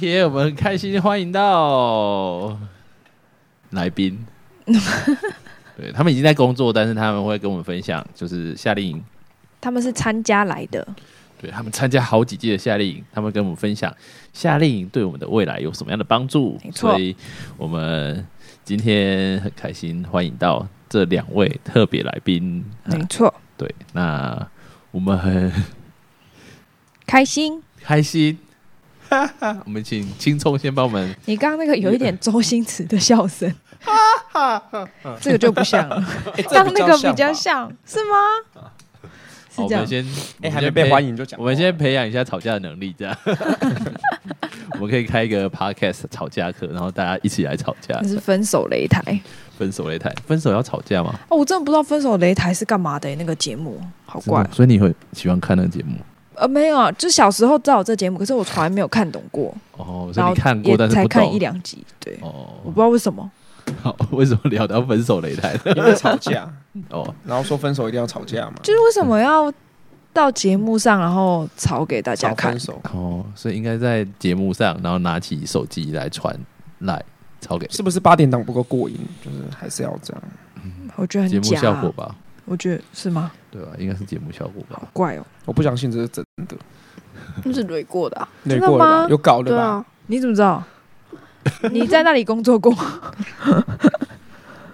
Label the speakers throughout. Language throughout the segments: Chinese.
Speaker 1: 天我们很开心欢迎到来 宾，对他们已经在工作，但是他们会跟我们分享，就是夏令营，
Speaker 2: 他们是参加来的，
Speaker 1: 对他们参加好几届的夏令营，他们跟我们分享夏令营对我们的未来有什么样的帮助
Speaker 2: 没。错
Speaker 1: 所以我们今天很开心欢迎到这两位特别来宾，啊
Speaker 2: 没错，
Speaker 1: 对，那我们很
Speaker 2: 开心。
Speaker 1: 开心。 哈哈，我们请青葱先帮我们
Speaker 2: 你刚刚那个有一点周星驰的笑 声，这个就不像了，
Speaker 3: 哎
Speaker 2: 刚那个比较像，是 吗？是
Speaker 1: 好，我
Speaker 2: 这样
Speaker 1: 们，先，
Speaker 3: 哎、还没被欢迎就讲
Speaker 1: 我
Speaker 3: 话。
Speaker 1: 们先培。我们先培 养一下吵架的能力，这 样。我们可以开一个 podcast 吵架课，然后大家一起来吵架
Speaker 2: 那，是分手擂台
Speaker 1: 分手擂台。分手要吵架吗？
Speaker 2: 哦，我真的不知道分手擂台是干嘛的、那个节目好怪
Speaker 1: 真的。所以你会喜欢看那个节目
Speaker 2: 呃，没有啊，就小时候知道有这节目，可是我从来没有看懂过，
Speaker 1: 哦，所
Speaker 2: 然
Speaker 1: 以
Speaker 2: 后
Speaker 1: 你看
Speaker 2: 也
Speaker 1: 过，但是
Speaker 2: 才
Speaker 1: 不
Speaker 2: 看一
Speaker 1: 懂。
Speaker 2: 两集，对，我不
Speaker 1: 哦，
Speaker 2: 知道为什么。
Speaker 1: 好，为什么聊到分手擂 台呢？
Speaker 3: 因为吵架，
Speaker 1: 哦，
Speaker 3: 然后说分手一定要吵 架嘛，
Speaker 2: 就是为什么要到节目上，然后炒给大家
Speaker 3: 吵
Speaker 2: 看
Speaker 3: 分？手
Speaker 1: 哦，所以应该在节目上，然后拿起手机来传来抄给
Speaker 3: 是不是八点档不够过瘾？就是还是要这样。
Speaker 2: 我觉得
Speaker 1: 节
Speaker 2: 很
Speaker 1: 目
Speaker 2: 假、
Speaker 1: 效果
Speaker 2: 啊，
Speaker 1: 吧？
Speaker 2: 我觉得是吗？
Speaker 1: 对吧？应该是节目效果吧
Speaker 2: 好？怪哦，
Speaker 3: 我不相信这是真的，
Speaker 4: 那是雷过的、啊，
Speaker 3: 累
Speaker 2: 真的
Speaker 3: 过了吧
Speaker 2: 吗？
Speaker 3: 有搞的
Speaker 4: 对
Speaker 3: 吧？
Speaker 4: 啊，
Speaker 2: 你怎么知道？ 你在那里工作过？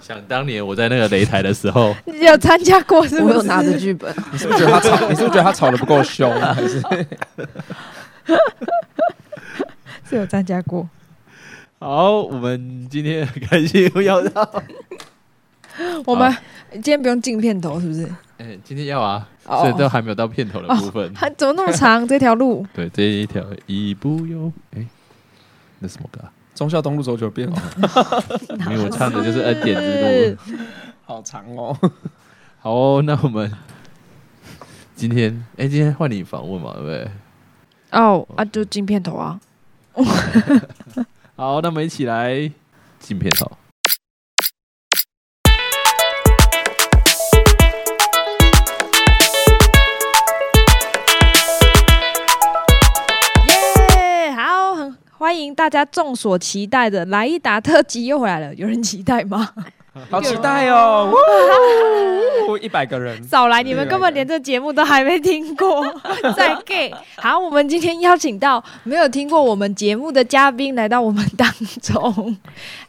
Speaker 1: 想当年我在那个擂台的时候，
Speaker 2: 你有参加过是不
Speaker 4: 啊我
Speaker 2: 是？
Speaker 4: 有 拿着剧本，
Speaker 3: 你是不是觉得他吵？你是不是觉得他吵的不够凶？啊还是
Speaker 2: 是有参加过。
Speaker 1: 好，我们今天很开心要到，
Speaker 2: 我们今天不用进片头是不是？
Speaker 1: 哎、今天要啊，
Speaker 2: 哦
Speaker 1: 所以都还没有到片头的部分。
Speaker 2: 还怎么那么长这条路？
Speaker 1: 对，这一条一步有，哎、那什么歌、啊？
Speaker 3: 忠孝东路走九遍？哦
Speaker 1: 没有，我唱的就是恩典之路。
Speaker 3: 好长哦，
Speaker 1: 好哦，那我们今天，哎、今天换你访问嘛，对不对？
Speaker 2: 哦啊，就进片头啊！
Speaker 1: 好，那我们一起来进片头。
Speaker 2: 耶、好，很欢迎大家众所期待的莱伊达特辑又回来了，有人期待 吗？
Speaker 3: 好期待哦！呜，一百个人，
Speaker 2: 少来，你们根本连这节目都还没啊听过，再 gay。好，我们今天邀请到没有听过我们节目的嘉宾来到我们当中。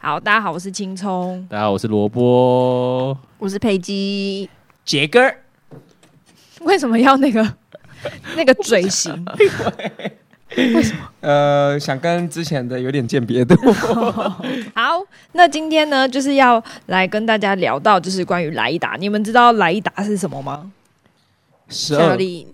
Speaker 2: 好，大家好，我是青葱。
Speaker 1: 大家好，我是萝卜。
Speaker 4: 我是佩姬，
Speaker 3: 杰哥，
Speaker 2: 为什么要那 个那个嘴型？
Speaker 3: 呃，想跟之前的有点鉴别度。
Speaker 2: 好，那今天呢，就是要来跟大家聊到就是关于莱伊达。你们知道莱伊达是什么吗？
Speaker 3: 十
Speaker 4: 夏
Speaker 3: 二
Speaker 4: 令营，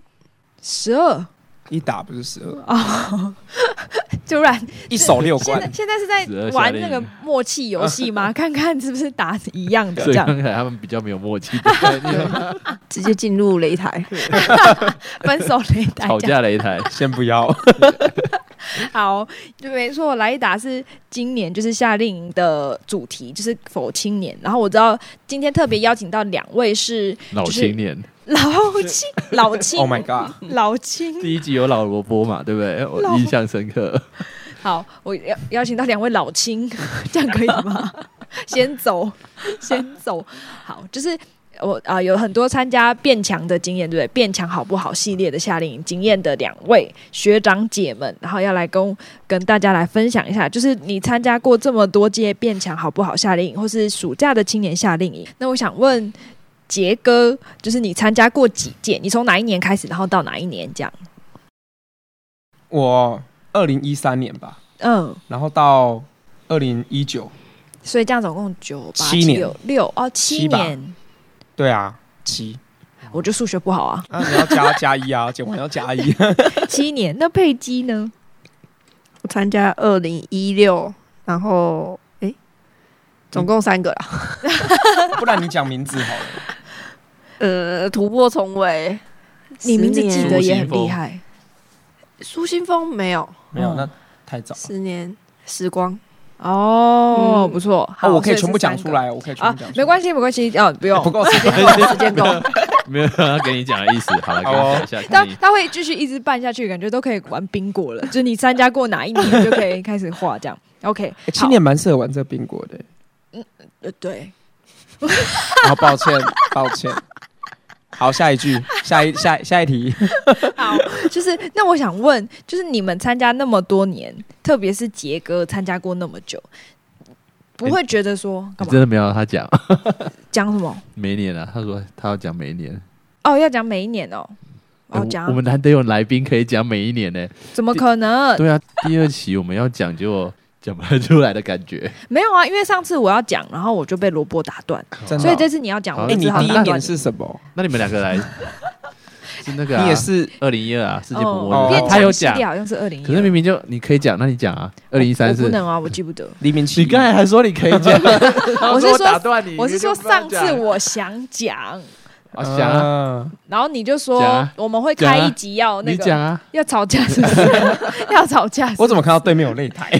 Speaker 2: 十二，哦
Speaker 3: 一打不是十二，
Speaker 2: 突然
Speaker 3: 一手六
Speaker 2: 现
Speaker 3: 关
Speaker 2: 在。现在是在
Speaker 1: 12
Speaker 2: 玩
Speaker 1: 夏令
Speaker 2: 那
Speaker 1: 营
Speaker 2: 个默契游 戏吗？看看是不是打一样的
Speaker 1: 所以
Speaker 2: 这样。
Speaker 1: 刚才他们比较没有默契，对因为
Speaker 4: 直接进入擂台，
Speaker 2: 分手擂台
Speaker 1: 吵
Speaker 2: 这样。
Speaker 1: 架擂台。
Speaker 3: 先不要，
Speaker 2: 好，就没错，莱伊达是今年就是夏令营的主题，就是否青年。然后我知道今天特别邀请到两位是
Speaker 1: 老
Speaker 2: 就是
Speaker 1: 青年，
Speaker 2: 老青老青
Speaker 3: Oh my god！
Speaker 2: 老青
Speaker 1: 第一集有老萝卜嘛，对不对？我
Speaker 2: 老
Speaker 1: 印象深刻。
Speaker 2: 好，我邀邀请到两位老青， 这样可以 吗？先走，先走。好，就是我啊、有很多参加变强的经验，对不对？变强好不好系列的夏令营经验的两位学长姐们，然后要来跟跟大家来分享一下，就是你参加过这么多届变强好不好夏令营，或是暑假的青年夏令营，那我想问。杰哥，就是你参加过几届？你从哪一年开始，然后到哪一年这样？
Speaker 3: 我二零一三年吧，
Speaker 2: 嗯，
Speaker 3: 然后到二零一九，
Speaker 2: 所以这样总共九八
Speaker 3: 七年
Speaker 2: 六六哦，七
Speaker 3: 七嗯吧
Speaker 2: 年，
Speaker 3: 对啊，七
Speaker 2: 我就数学不好
Speaker 3: ，
Speaker 2: 啊
Speaker 3: 啊，你要加加 一啊，减完要加一，
Speaker 2: 七年。那佩姬呢？
Speaker 4: 我参加二零一六，然后哎、诶总共三个啦，
Speaker 3: 不然你讲名字
Speaker 2: 嗯
Speaker 3: 好了。
Speaker 4: 呃，突破重围，
Speaker 2: 你名字记
Speaker 4: 十
Speaker 2: 得
Speaker 4: 年
Speaker 2: 也很厉害，
Speaker 4: 苏新峰没有，
Speaker 3: 没有，
Speaker 2: 嗯
Speaker 3: 那太早了。
Speaker 4: 十年时光，
Speaker 2: 哦，
Speaker 4: 嗯
Speaker 2: 不错。好，
Speaker 3: 哦，我可以
Speaker 2: 所
Speaker 3: 全部
Speaker 2: 是三
Speaker 3: 讲
Speaker 2: 个
Speaker 3: 出来，我可以全
Speaker 2: 啊
Speaker 3: 部讲，出来。
Speaker 2: 没关系，没关系，啊，不用
Speaker 3: 不。够时间。
Speaker 4: 时间够，
Speaker 1: 没有要跟你讲的意思。好了，跟
Speaker 3: 好
Speaker 1: 你
Speaker 3: 哦
Speaker 1: 讲一下，
Speaker 2: 他
Speaker 1: 看你
Speaker 2: 他会继续一直办下去，感觉都可以玩冰果了。就是你参加过哪一年，就可以开始画这样。OK，
Speaker 3: 欸青年蛮适合玩这冰果的、
Speaker 2: 好呃对，
Speaker 3: 好，抱歉， 抱歉。好，下一句，下一下下一题。
Speaker 2: 好，就是那我想问，就是你们参加那么多年，特别是杰哥参加过那么久，不
Speaker 3: 哎
Speaker 2: 会觉得说
Speaker 1: 你
Speaker 2: 干嘛
Speaker 1: 真的没有让他讲
Speaker 2: 讲什么？
Speaker 1: 每一年啊？他说他要讲每一年。
Speaker 2: 哦，要讲每一年哦，
Speaker 1: 哎
Speaker 2: 哦
Speaker 1: 我
Speaker 2: 讲
Speaker 1: 我们难得有来宾可以讲每一年呢。
Speaker 2: 怎么可能？
Speaker 1: 对啊，第二期我们要讲就讲不出来的感觉。
Speaker 2: 没有啊，因为上次我要讲，然后我就被萝卜打断，
Speaker 3: 真的哦
Speaker 2: 所以这次你要讲，
Speaker 1: 啊好
Speaker 2: 我
Speaker 3: 哎、你
Speaker 2: 只好
Speaker 3: 第一
Speaker 2: 打断
Speaker 3: 年。是什么？
Speaker 1: 那你们两个 来是那个啊
Speaker 3: 你也是
Speaker 1: 二零一二啊，世界博
Speaker 3: 哦
Speaker 1: 末日
Speaker 2: 变
Speaker 1: 啊，
Speaker 2: 强
Speaker 1: 他有
Speaker 2: 系列
Speaker 1: 讲，
Speaker 2: 好像是二零一，
Speaker 1: 可是明明就你可以讲，那你讲啊，二零一
Speaker 2: 我
Speaker 1: 三
Speaker 2: 不
Speaker 1: 是。
Speaker 2: 能啊，我记不得。
Speaker 3: 黎明期
Speaker 1: 你刚才还说你可以 讲，
Speaker 2: 我
Speaker 1: 我
Speaker 2: 是说
Speaker 1: 打断你，
Speaker 2: 我是说
Speaker 1: 你就不要
Speaker 2: 上
Speaker 1: 讲
Speaker 2: 次我想讲，
Speaker 1: 啊想啊，
Speaker 3: 啊
Speaker 2: 然后你就说
Speaker 1: 讲啊
Speaker 2: 我们会开
Speaker 1: 讲啊
Speaker 2: 一集要呃那
Speaker 1: 你讲
Speaker 2: 个
Speaker 1: 啊，
Speaker 2: 要吵架，是不 是？要吵架是不是，
Speaker 3: 我怎么看到对面有擂台？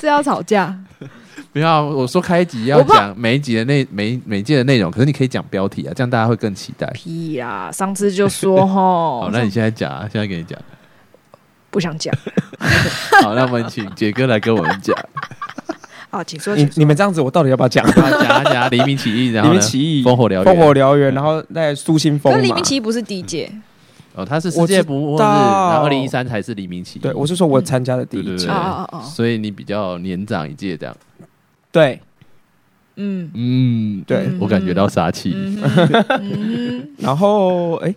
Speaker 2: 是要吵架？
Speaker 1: 不要，啊我说开一集要
Speaker 2: 我不知道
Speaker 1: 讲每一集的内每每一届的内容，可是你可以讲标题啊，这样大家会更期待。
Speaker 2: 屁呀！上次就说
Speaker 1: 好
Speaker 2: 吼，，
Speaker 1: 那你现在讲啊，现在给你讲。
Speaker 2: 不想讲
Speaker 1: 好，那我们请杰哥来跟我们讲，
Speaker 2: 啊，请说，
Speaker 3: 你
Speaker 2: 请说
Speaker 3: 你们这样子，我到底要不要讲？
Speaker 1: 啊讲啊讲啊，黎明起义，然
Speaker 3: 黎
Speaker 1: 后
Speaker 3: 明
Speaker 1: 呢？
Speaker 3: 起义、
Speaker 1: 烽火燎原，
Speaker 3: 烽火燎原，然后再苏新风
Speaker 2: 可
Speaker 3: 嘛。
Speaker 2: 是黎明奇不是 DJ，
Speaker 1: 哦，他是世
Speaker 3: 我
Speaker 1: 界
Speaker 3: 知
Speaker 1: 不末日，
Speaker 3: 道
Speaker 1: 然后二零一三才是黎明起义，
Speaker 3: 对，我是说我参加的第
Speaker 1: 对
Speaker 3: 一
Speaker 1: 对
Speaker 3: 届
Speaker 1: 对，
Speaker 2: 哦哦哦
Speaker 1: 所以你比较年长一届这样。
Speaker 3: 对
Speaker 2: 嗯，
Speaker 1: 嗯，
Speaker 3: 对。
Speaker 1: 我感觉到杀气。
Speaker 2: 嗯哼嗯
Speaker 3: 然后哎，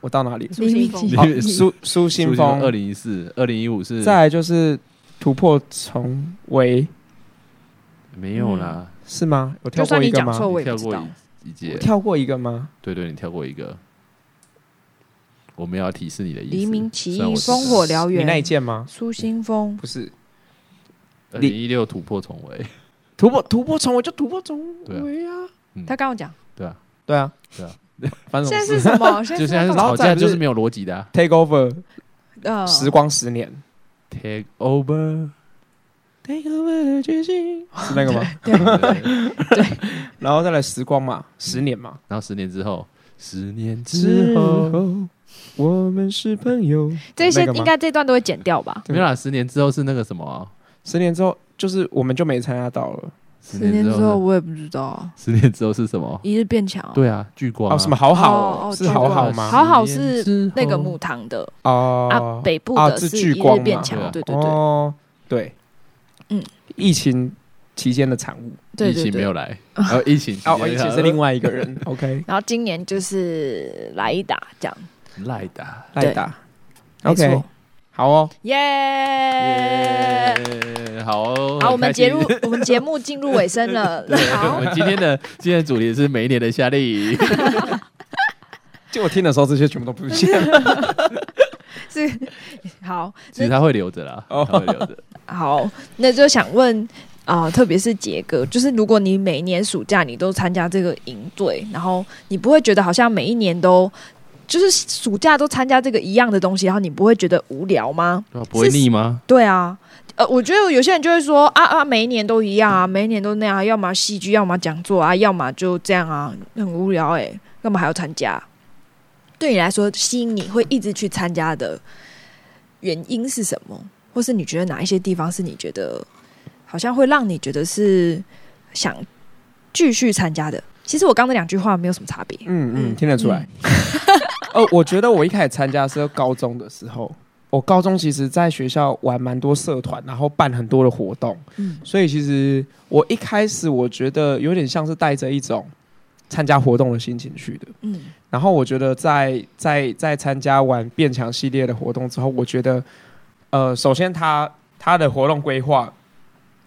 Speaker 3: 我到 哪里？
Speaker 2: 哼，黎明奇
Speaker 1: 你
Speaker 3: 哦，苏苏新风
Speaker 1: 二，零一四、二零一五是
Speaker 3: 再来就是突破重围，
Speaker 1: 没有啦，
Speaker 3: 是吗？我跳
Speaker 2: 就
Speaker 3: 过
Speaker 2: 算
Speaker 3: 一
Speaker 2: 你
Speaker 3: 个
Speaker 2: 讲
Speaker 3: 吗？
Speaker 2: 错，我也
Speaker 1: 跳
Speaker 2: 不知
Speaker 1: 过
Speaker 2: 道。
Speaker 1: 一一
Speaker 3: 嗯我
Speaker 1: 届，
Speaker 3: 跳过一个吗？
Speaker 1: 对对，你跳过一个。我没有要提示你的意思。
Speaker 2: 黎明奇
Speaker 1: 虽然
Speaker 2: 烽
Speaker 1: 我知道
Speaker 2: 火燎
Speaker 3: 你那一
Speaker 2: 原，
Speaker 3: 届吗？
Speaker 2: 苏新峰，
Speaker 3: 不是，
Speaker 1: 二零一六突破重围，
Speaker 3: 突破突破重围就突破重围啊！
Speaker 2: 他刚刚讲
Speaker 1: 对啊，
Speaker 3: 对啊，
Speaker 1: 对啊，
Speaker 3: 反正
Speaker 2: 现在是什么？现
Speaker 1: 就现在
Speaker 2: 在
Speaker 1: 是
Speaker 2: 是
Speaker 1: 吵
Speaker 3: 然
Speaker 1: 架
Speaker 3: 后再不是
Speaker 1: 就是没有逻辑的啊。
Speaker 3: take over
Speaker 2: 呃
Speaker 3: 时光十年
Speaker 1: Take over，
Speaker 3: ，take over 的决心是那个吗？
Speaker 1: 对然
Speaker 3: 然后再来时光嘛，十年嘛。
Speaker 1: 后十年之后，十年之后，
Speaker 3: 我们是朋友。
Speaker 2: 这些
Speaker 3: 那个吗
Speaker 2: 应该这段都会剪掉吧？
Speaker 1: 没有啦，十年之后是那个什么啊？
Speaker 3: 十年之后，就是我们就没参加到了。
Speaker 1: 十年之后呢，
Speaker 2: 我也不知道，
Speaker 1: 十年之后是什么？
Speaker 2: 一日变强。
Speaker 1: 对啊，聚光啊
Speaker 3: 哦，什么好
Speaker 2: 哦
Speaker 3: 好
Speaker 2: 哦
Speaker 3: 是好好吗？
Speaker 2: 好好
Speaker 1: 十年
Speaker 2: 是
Speaker 1: 之后
Speaker 2: 那个木堂的啊
Speaker 3: 哦，，
Speaker 2: 北部
Speaker 3: 啊
Speaker 2: 的
Speaker 3: 是
Speaker 2: 是一
Speaker 3: 聚
Speaker 2: 日
Speaker 3: 光
Speaker 2: 变
Speaker 3: 嘛
Speaker 2: 强
Speaker 1: 对啊，
Speaker 2: 对对对
Speaker 3: 哦，对，
Speaker 2: 嗯，
Speaker 3: 疫情期间的产物。
Speaker 2: 对
Speaker 1: 疫
Speaker 2: 对
Speaker 1: 情没有
Speaker 2: 对。
Speaker 1: 来，然后疫情期间
Speaker 3: 哦，疫情是另外一个人。OK，
Speaker 2: 然后今年就是来一打这样，
Speaker 1: 赖的。啊
Speaker 3: 赖达。
Speaker 2: 没
Speaker 3: OK，
Speaker 2: 错
Speaker 3: 好哦，
Speaker 2: 耶！
Speaker 1: 耶好哦，
Speaker 2: 好，我们节
Speaker 1: 入。
Speaker 2: 目我们节目进入尾声了。
Speaker 1: 我
Speaker 2: 好，
Speaker 1: 们今天的今天的主题是每一年的夏令 营，
Speaker 3: 就我听的时候，这些全部都不见了。
Speaker 2: 是 好
Speaker 1: 其实他会留着啦，他
Speaker 3: 哦
Speaker 1: 会留 着。
Speaker 2: 好，那就想问啊、呃特别是杰哥，就是如果你每年暑假你都参加这个营队，然后你不会觉得好像每一年都就是暑假都参加这个一样的东西，然后你不会觉得无聊吗？
Speaker 1: 对啊不会腻吗？
Speaker 2: 对啊，呃，我觉得有些人就会说啊啊，每一年都一样啊，每一年都那样啊、要么戏剧，要么讲座啊，要么就这样啊，很无聊哎、干嘛还要参加？对你来说，吸引你会一直去参加的原因是什么？或是你觉得哪一些地方是你觉得好像会让你觉得是想继续参加的？其实我刚刚那两句话没有什么差别。
Speaker 3: 嗯嗯，听得出来。哦，我觉得我一开始参加是高中的时候。我高中其实在学校玩蛮多社团，然后办很多的活动，
Speaker 2: 嗯
Speaker 3: 所以其实我一开始我觉得有点像是带着一种参加活动的心情去的。
Speaker 2: 嗯
Speaker 3: 然后我觉得在在在参加完变强系列的活动之后，我觉得呃，首先他他的活动规划，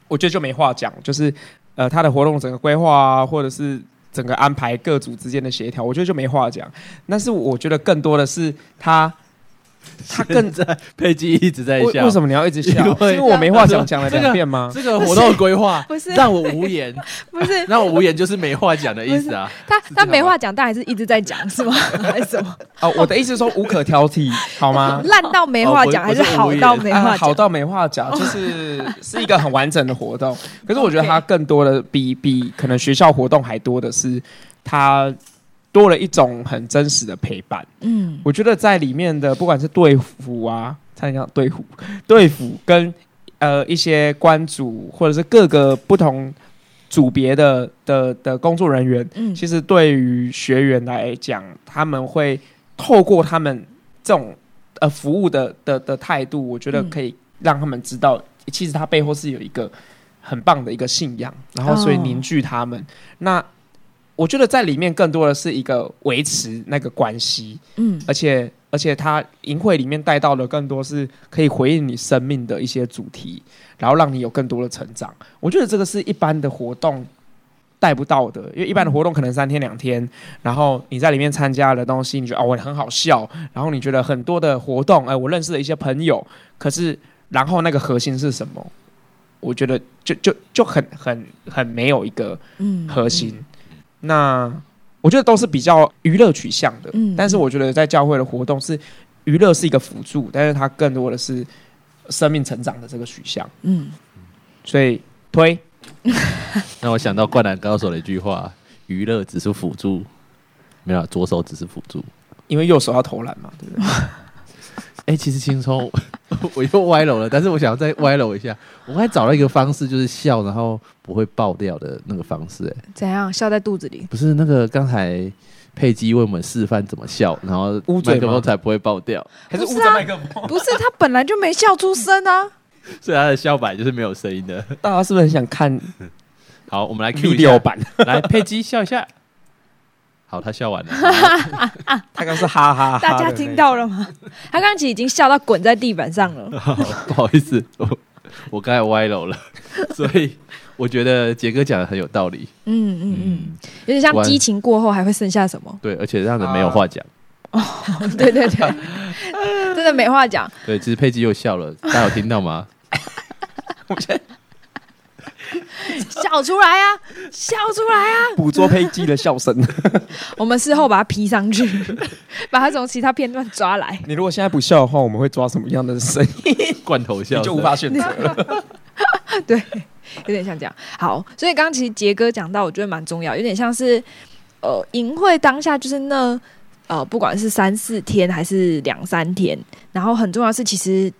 Speaker 3: 我觉得就没话讲，就是呃他的活动整个规划啊，或者是整个安排各组之间的协调，我觉得就没话讲。但是我觉得更多的是他他更
Speaker 1: 在佩姬一直在
Speaker 3: 为
Speaker 1: 笑，
Speaker 3: 为什么你要一直笑？
Speaker 1: 因为
Speaker 3: 是因为我没话讲讲了两遍吗？
Speaker 1: 这个活动规划
Speaker 2: 不是
Speaker 1: 让我无言，
Speaker 2: 不是，
Speaker 1: 让我无言就是没话讲的意思啊。
Speaker 2: 他
Speaker 1: 这
Speaker 2: 他
Speaker 1: 样
Speaker 2: 没
Speaker 1: 吗
Speaker 2: 话讲，但还是一直在讲，是吗？还是什么？
Speaker 3: 哦，我的意思是说无可挑剔，好吗？
Speaker 2: 烂到没话讲，
Speaker 1: 啊哦
Speaker 2: 还
Speaker 1: 不
Speaker 2: 是
Speaker 1: 是
Speaker 2: 好到没话
Speaker 3: 啊、
Speaker 2: 讲？
Speaker 3: 好到没话讲，就是是一个很完整的活动。可是我觉得它
Speaker 2: OK
Speaker 3: 更多的比比可能学校活动还多的是，它多了一种很真实的陪伴。
Speaker 2: 嗯
Speaker 3: 我觉得在里面的不管是队服啊，参加队服、 队服跟呃一些关主或者是各个不同组别的的的工作人员，
Speaker 2: 嗯
Speaker 3: 其实对于学员来讲，他们会透过他们这种呃服务的的的态度，我觉得
Speaker 2: 嗯
Speaker 3: 可以让他们知道，其实他背后是有一个很棒的一个信仰，然后所以
Speaker 2: 哦
Speaker 3: 凝聚他们。那我觉得在里面更多的是一个维持那个关系，
Speaker 2: 嗯
Speaker 3: 而且而且他营会里面带到的更多是可以回应你生命的一些主题，然后让你有更多的成长。我觉得这个是一般的活动带不到的，因为一般的活动可能三天两天，然后你在里面参加的东西，你觉得哦我很好笑，然后你觉得很多的活动，哎、我认识了一些朋友，可是然后那个核心是什么？我觉得就就就很很很没有一个
Speaker 2: 嗯
Speaker 3: 核心。那我觉得都是比较娱乐取向的，
Speaker 2: 嗯
Speaker 3: 但是我觉得在教会的活动是娱乐是一个辅助，但是它更多的是生命成长的这个取向，
Speaker 2: 嗯，
Speaker 3: 所以推
Speaker 1: 让我想到《灌篮高手》的一句话：“娱乐只是辅助，没有啊左手只是辅助。
Speaker 3: 因为右手要投篮嘛，对不对？”
Speaker 2: 啊
Speaker 1: 哎，其实轻松， 我又歪楼了，但是我想要再歪楼一下。我还找到一个方式，就是笑，然后不会爆掉的那个方式、哎，
Speaker 2: 怎样笑在肚子里？
Speaker 1: 不是那个刚才佩姬为我们示范怎么笑，然后
Speaker 3: 捂嘴
Speaker 1: 麦克
Speaker 3: 吗
Speaker 1: 风才不会爆掉。
Speaker 3: 还是捂
Speaker 2: 不
Speaker 3: 着麦克风？
Speaker 2: 不是他本来就没笑出声 啊。
Speaker 1: 所以他的笑板就是没有声音的。
Speaker 3: 大家是不是很想看
Speaker 1: 好，我们来 Q
Speaker 3: 第
Speaker 1: 一下
Speaker 3: 六，版？
Speaker 1: 来佩姬笑一下。好，他笑完了。
Speaker 3: 他刚是哈哈哈，
Speaker 2: 大家听。到了吗？他刚刚其实已经笑到滚在地板上了。
Speaker 1: 好不好意思，我我刚才歪楼了，所以我觉得杰哥讲的很有道理。
Speaker 2: 嗯嗯嗯，
Speaker 1: 嗯，
Speaker 2: 有点像
Speaker 1: 完
Speaker 2: 激情过后还会剩下什么？
Speaker 1: 对，而且让人没有话讲。
Speaker 2: 对对 对，真的没话讲。
Speaker 1: 对，其实佩姬又笑了，大家有听到吗？
Speaker 2: 笑出来啊，笑出来啊！
Speaker 3: 捕捉佩姬的笑声。
Speaker 2: 我们事后把它 P 上去，把它从其他片段抓来。
Speaker 3: 你如果现在不笑的话，我们会抓什么样的声音？
Speaker 1: 罐头笑声，
Speaker 3: 你就无法选择了。
Speaker 2: 对，有点像这样。好，所以刚刚其实杰哥讲到，我觉得蛮重要，有点像是呃，淫会当下就是那呃，不管是三四天还是两三天，然后很重要是，其实，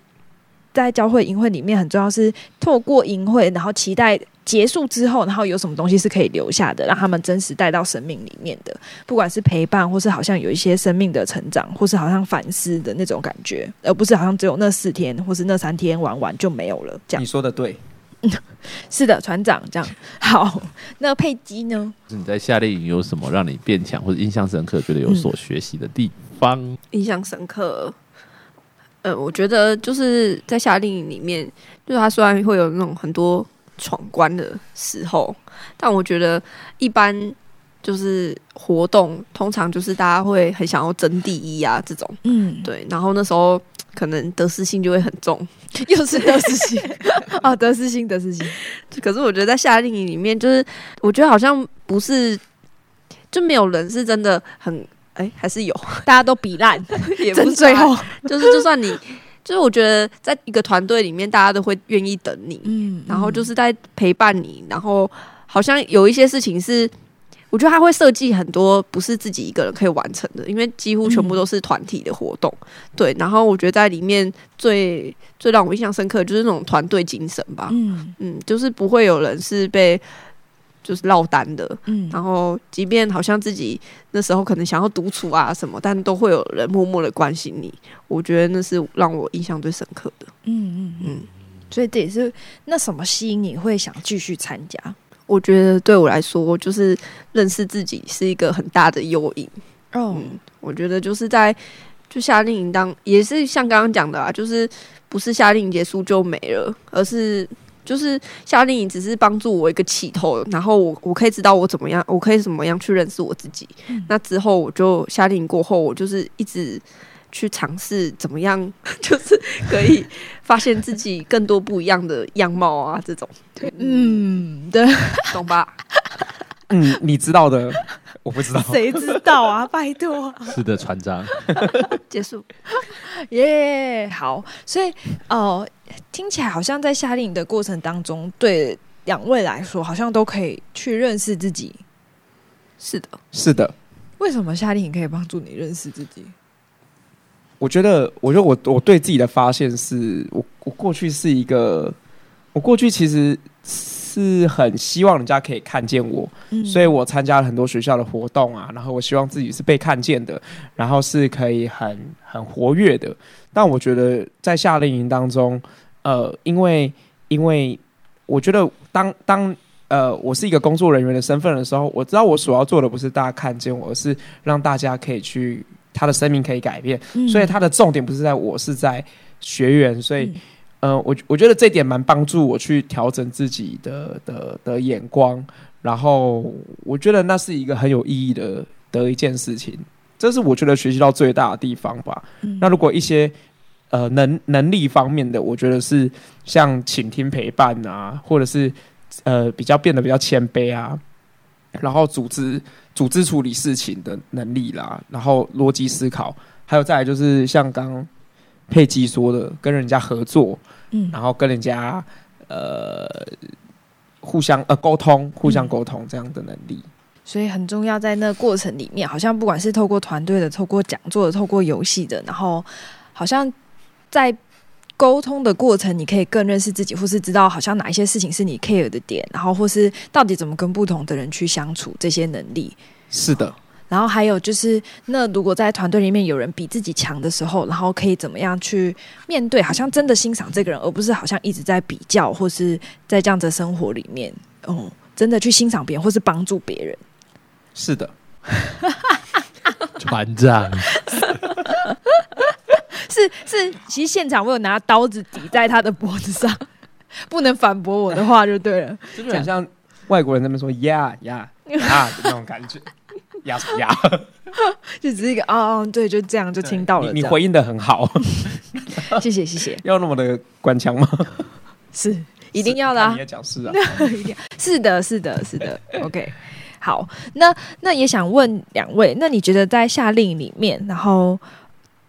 Speaker 2: 在教会淫会里面很重要是透过淫会，然后期待。结束之后，然后有什么东西是可以留下的，让他们真实带到生命里面的，不管是陪伴，或是好像有一些生命的成长，或是好像反思的那种感觉，而不是好像只有那四天或是那三天玩完就没有了这样
Speaker 3: 你。说 的对，
Speaker 2: 是的，船长这 样。好，那佩姬呢？
Speaker 1: 你在夏令营有什么让你变强或者印象深刻，觉得有所学习的地方？
Speaker 4: 印象深刻。呃，我觉得就是在夏令营里面，就是他虽然会有那种很多闯关的时候，但我觉得一般就是活动，通常就是大家会很想要争第一啊这种。
Speaker 2: 嗯，
Speaker 4: 对，然后那时候可能得失心就会很重。
Speaker 2: 又是德斯星 哦，德斯星，德斯星，
Speaker 4: 可是我觉得在夏令营里面，就是我觉得好像不是，就没有人是真的很哎、还是有，
Speaker 2: 大家都比 烂，
Speaker 4: 也不
Speaker 2: 争
Speaker 4: 是啊
Speaker 2: 最
Speaker 4: 大家
Speaker 2: 后，
Speaker 4: 就是就算你，就是我觉得在一个团队里面，大家都会愿意等你，
Speaker 2: 嗯
Speaker 4: 然后就是在陪伴你，然后好像有一些事情是，我觉得他会设计很多不是自己一个人可以完成的，因为几乎全部都是团体的活动，对。然后我觉得在里面最最让我印象深刻的就是那种团队精神吧，
Speaker 2: 嗯
Speaker 4: 嗯，就是不会有人是被就是落单的，
Speaker 2: 嗯
Speaker 4: 然后即便好像自己那时候可能想要独处啊什么，但都会有人默默的关心你。我觉得那是让我印象最深刻的。
Speaker 2: 嗯嗯嗯
Speaker 4: 嗯，
Speaker 2: 所以这也是那什么吸引你会想继续参加？
Speaker 4: 我觉得对我来说，就是认识自己是一个很大的诱因。
Speaker 2: 哦
Speaker 4: 嗯，我觉得就是在就夏令营当也是像刚刚讲的啊，就是不是夏令营结束就没了，而是就是夏令营只是帮助我一个起头，然后我我可以知道我怎么样，我可以怎么样去认识我自己。
Speaker 2: 嗯
Speaker 4: 那之后我就夏令营过后，我就是一直。去尝试怎么样， 就是可以发现自己更多不一样的样貌啊，这种，嗯，
Speaker 2: 嗯，对，
Speaker 4: 懂吧？
Speaker 3: 嗯，你知道的，我不知道。
Speaker 2: 谁知道啊？ 拜托，
Speaker 1: 是的，船长，
Speaker 4: 结束。
Speaker 2: 耶、好，所以哦、呃听起来好像在夏令营的过程当中，对两位来说，好像都可以去认识自己，
Speaker 4: 是的，
Speaker 3: 是的，
Speaker 2: 为什么夏令营可以帮助你认识自己？
Speaker 3: 我觉得，我觉得我我对自己的发现是，我我过去是一个，我过去其实是很希望人家可以看见我，
Speaker 2: 嗯
Speaker 3: 所以我参加了很多学校的活动啊，然后我希望自己是被看见的，然后是可以很很活跃的。但我觉得在夏令营当中，呃，因为因为我觉得当当呃我是一个工作人员的身份的时候，我知道我所要做的不是大家看见我，而是让大家可以去他的生命可以改变，
Speaker 2: 嗯
Speaker 3: 所以他的重点不是在我，是在学员，所以。
Speaker 2: 嗯
Speaker 3: 呃，我我觉得这点蛮帮助我去调整自己的的的眼光，然后我觉得那是一个很有意义的的一件事情，这是我觉得学习到最大的地方吧。
Speaker 2: 嗯
Speaker 3: 那如果一些呃能能力方面的，我觉得是像倾听陪伴啊，或者是呃比较变得比较谦卑啊，然后组织组织处理事情的能力啦，然后逻辑思考，还有再来就是像刚刚佩姬说的，跟人家合作，
Speaker 2: 嗯
Speaker 3: 然后跟人家呃互相呃沟通，互相沟
Speaker 2: 嗯
Speaker 3: 通这样的能力。
Speaker 2: 所以很重要，在那过程里面，好像不管是透过团队的、透过讲座的、透过游戏的，然后好像在沟通的过程，你可以更认识自己，或是知道好像哪一些事情是你 care 的点，然后或是到底怎么跟不同的人去相处这些能力。
Speaker 3: 是的，
Speaker 2: 然后还有就是，那如果在团队里面有人比自己强的时候，然后可以怎么样去面对？好像真的欣赏这个人，而不是好像一直在比较，或是在这样子的生活里面，哦，真的去欣赏别人，或是帮助别人。
Speaker 3: 是的，
Speaker 1: 船长，
Speaker 2: 是是，其实现场我有拿刀子抵在他的脖子上，不能反驳我的话就对了。
Speaker 3: 是
Speaker 1: 啊
Speaker 3: 不是很像外国人那边说呀呀呀的那种感 觉？呀什么呀？
Speaker 2: 就只是一个哦哦，对，就这样就听到了。
Speaker 3: 你你
Speaker 2: 这样
Speaker 3: 回应的很好，
Speaker 2: 谢谢谢谢，
Speaker 3: 要那么的官腔吗？
Speaker 2: 是 一定要的、啊
Speaker 3: 你也，讲是 啊，
Speaker 2: 一定要是的，是的，是的。OK，好，那那也想问两位，那你觉得在夏令营里面，然后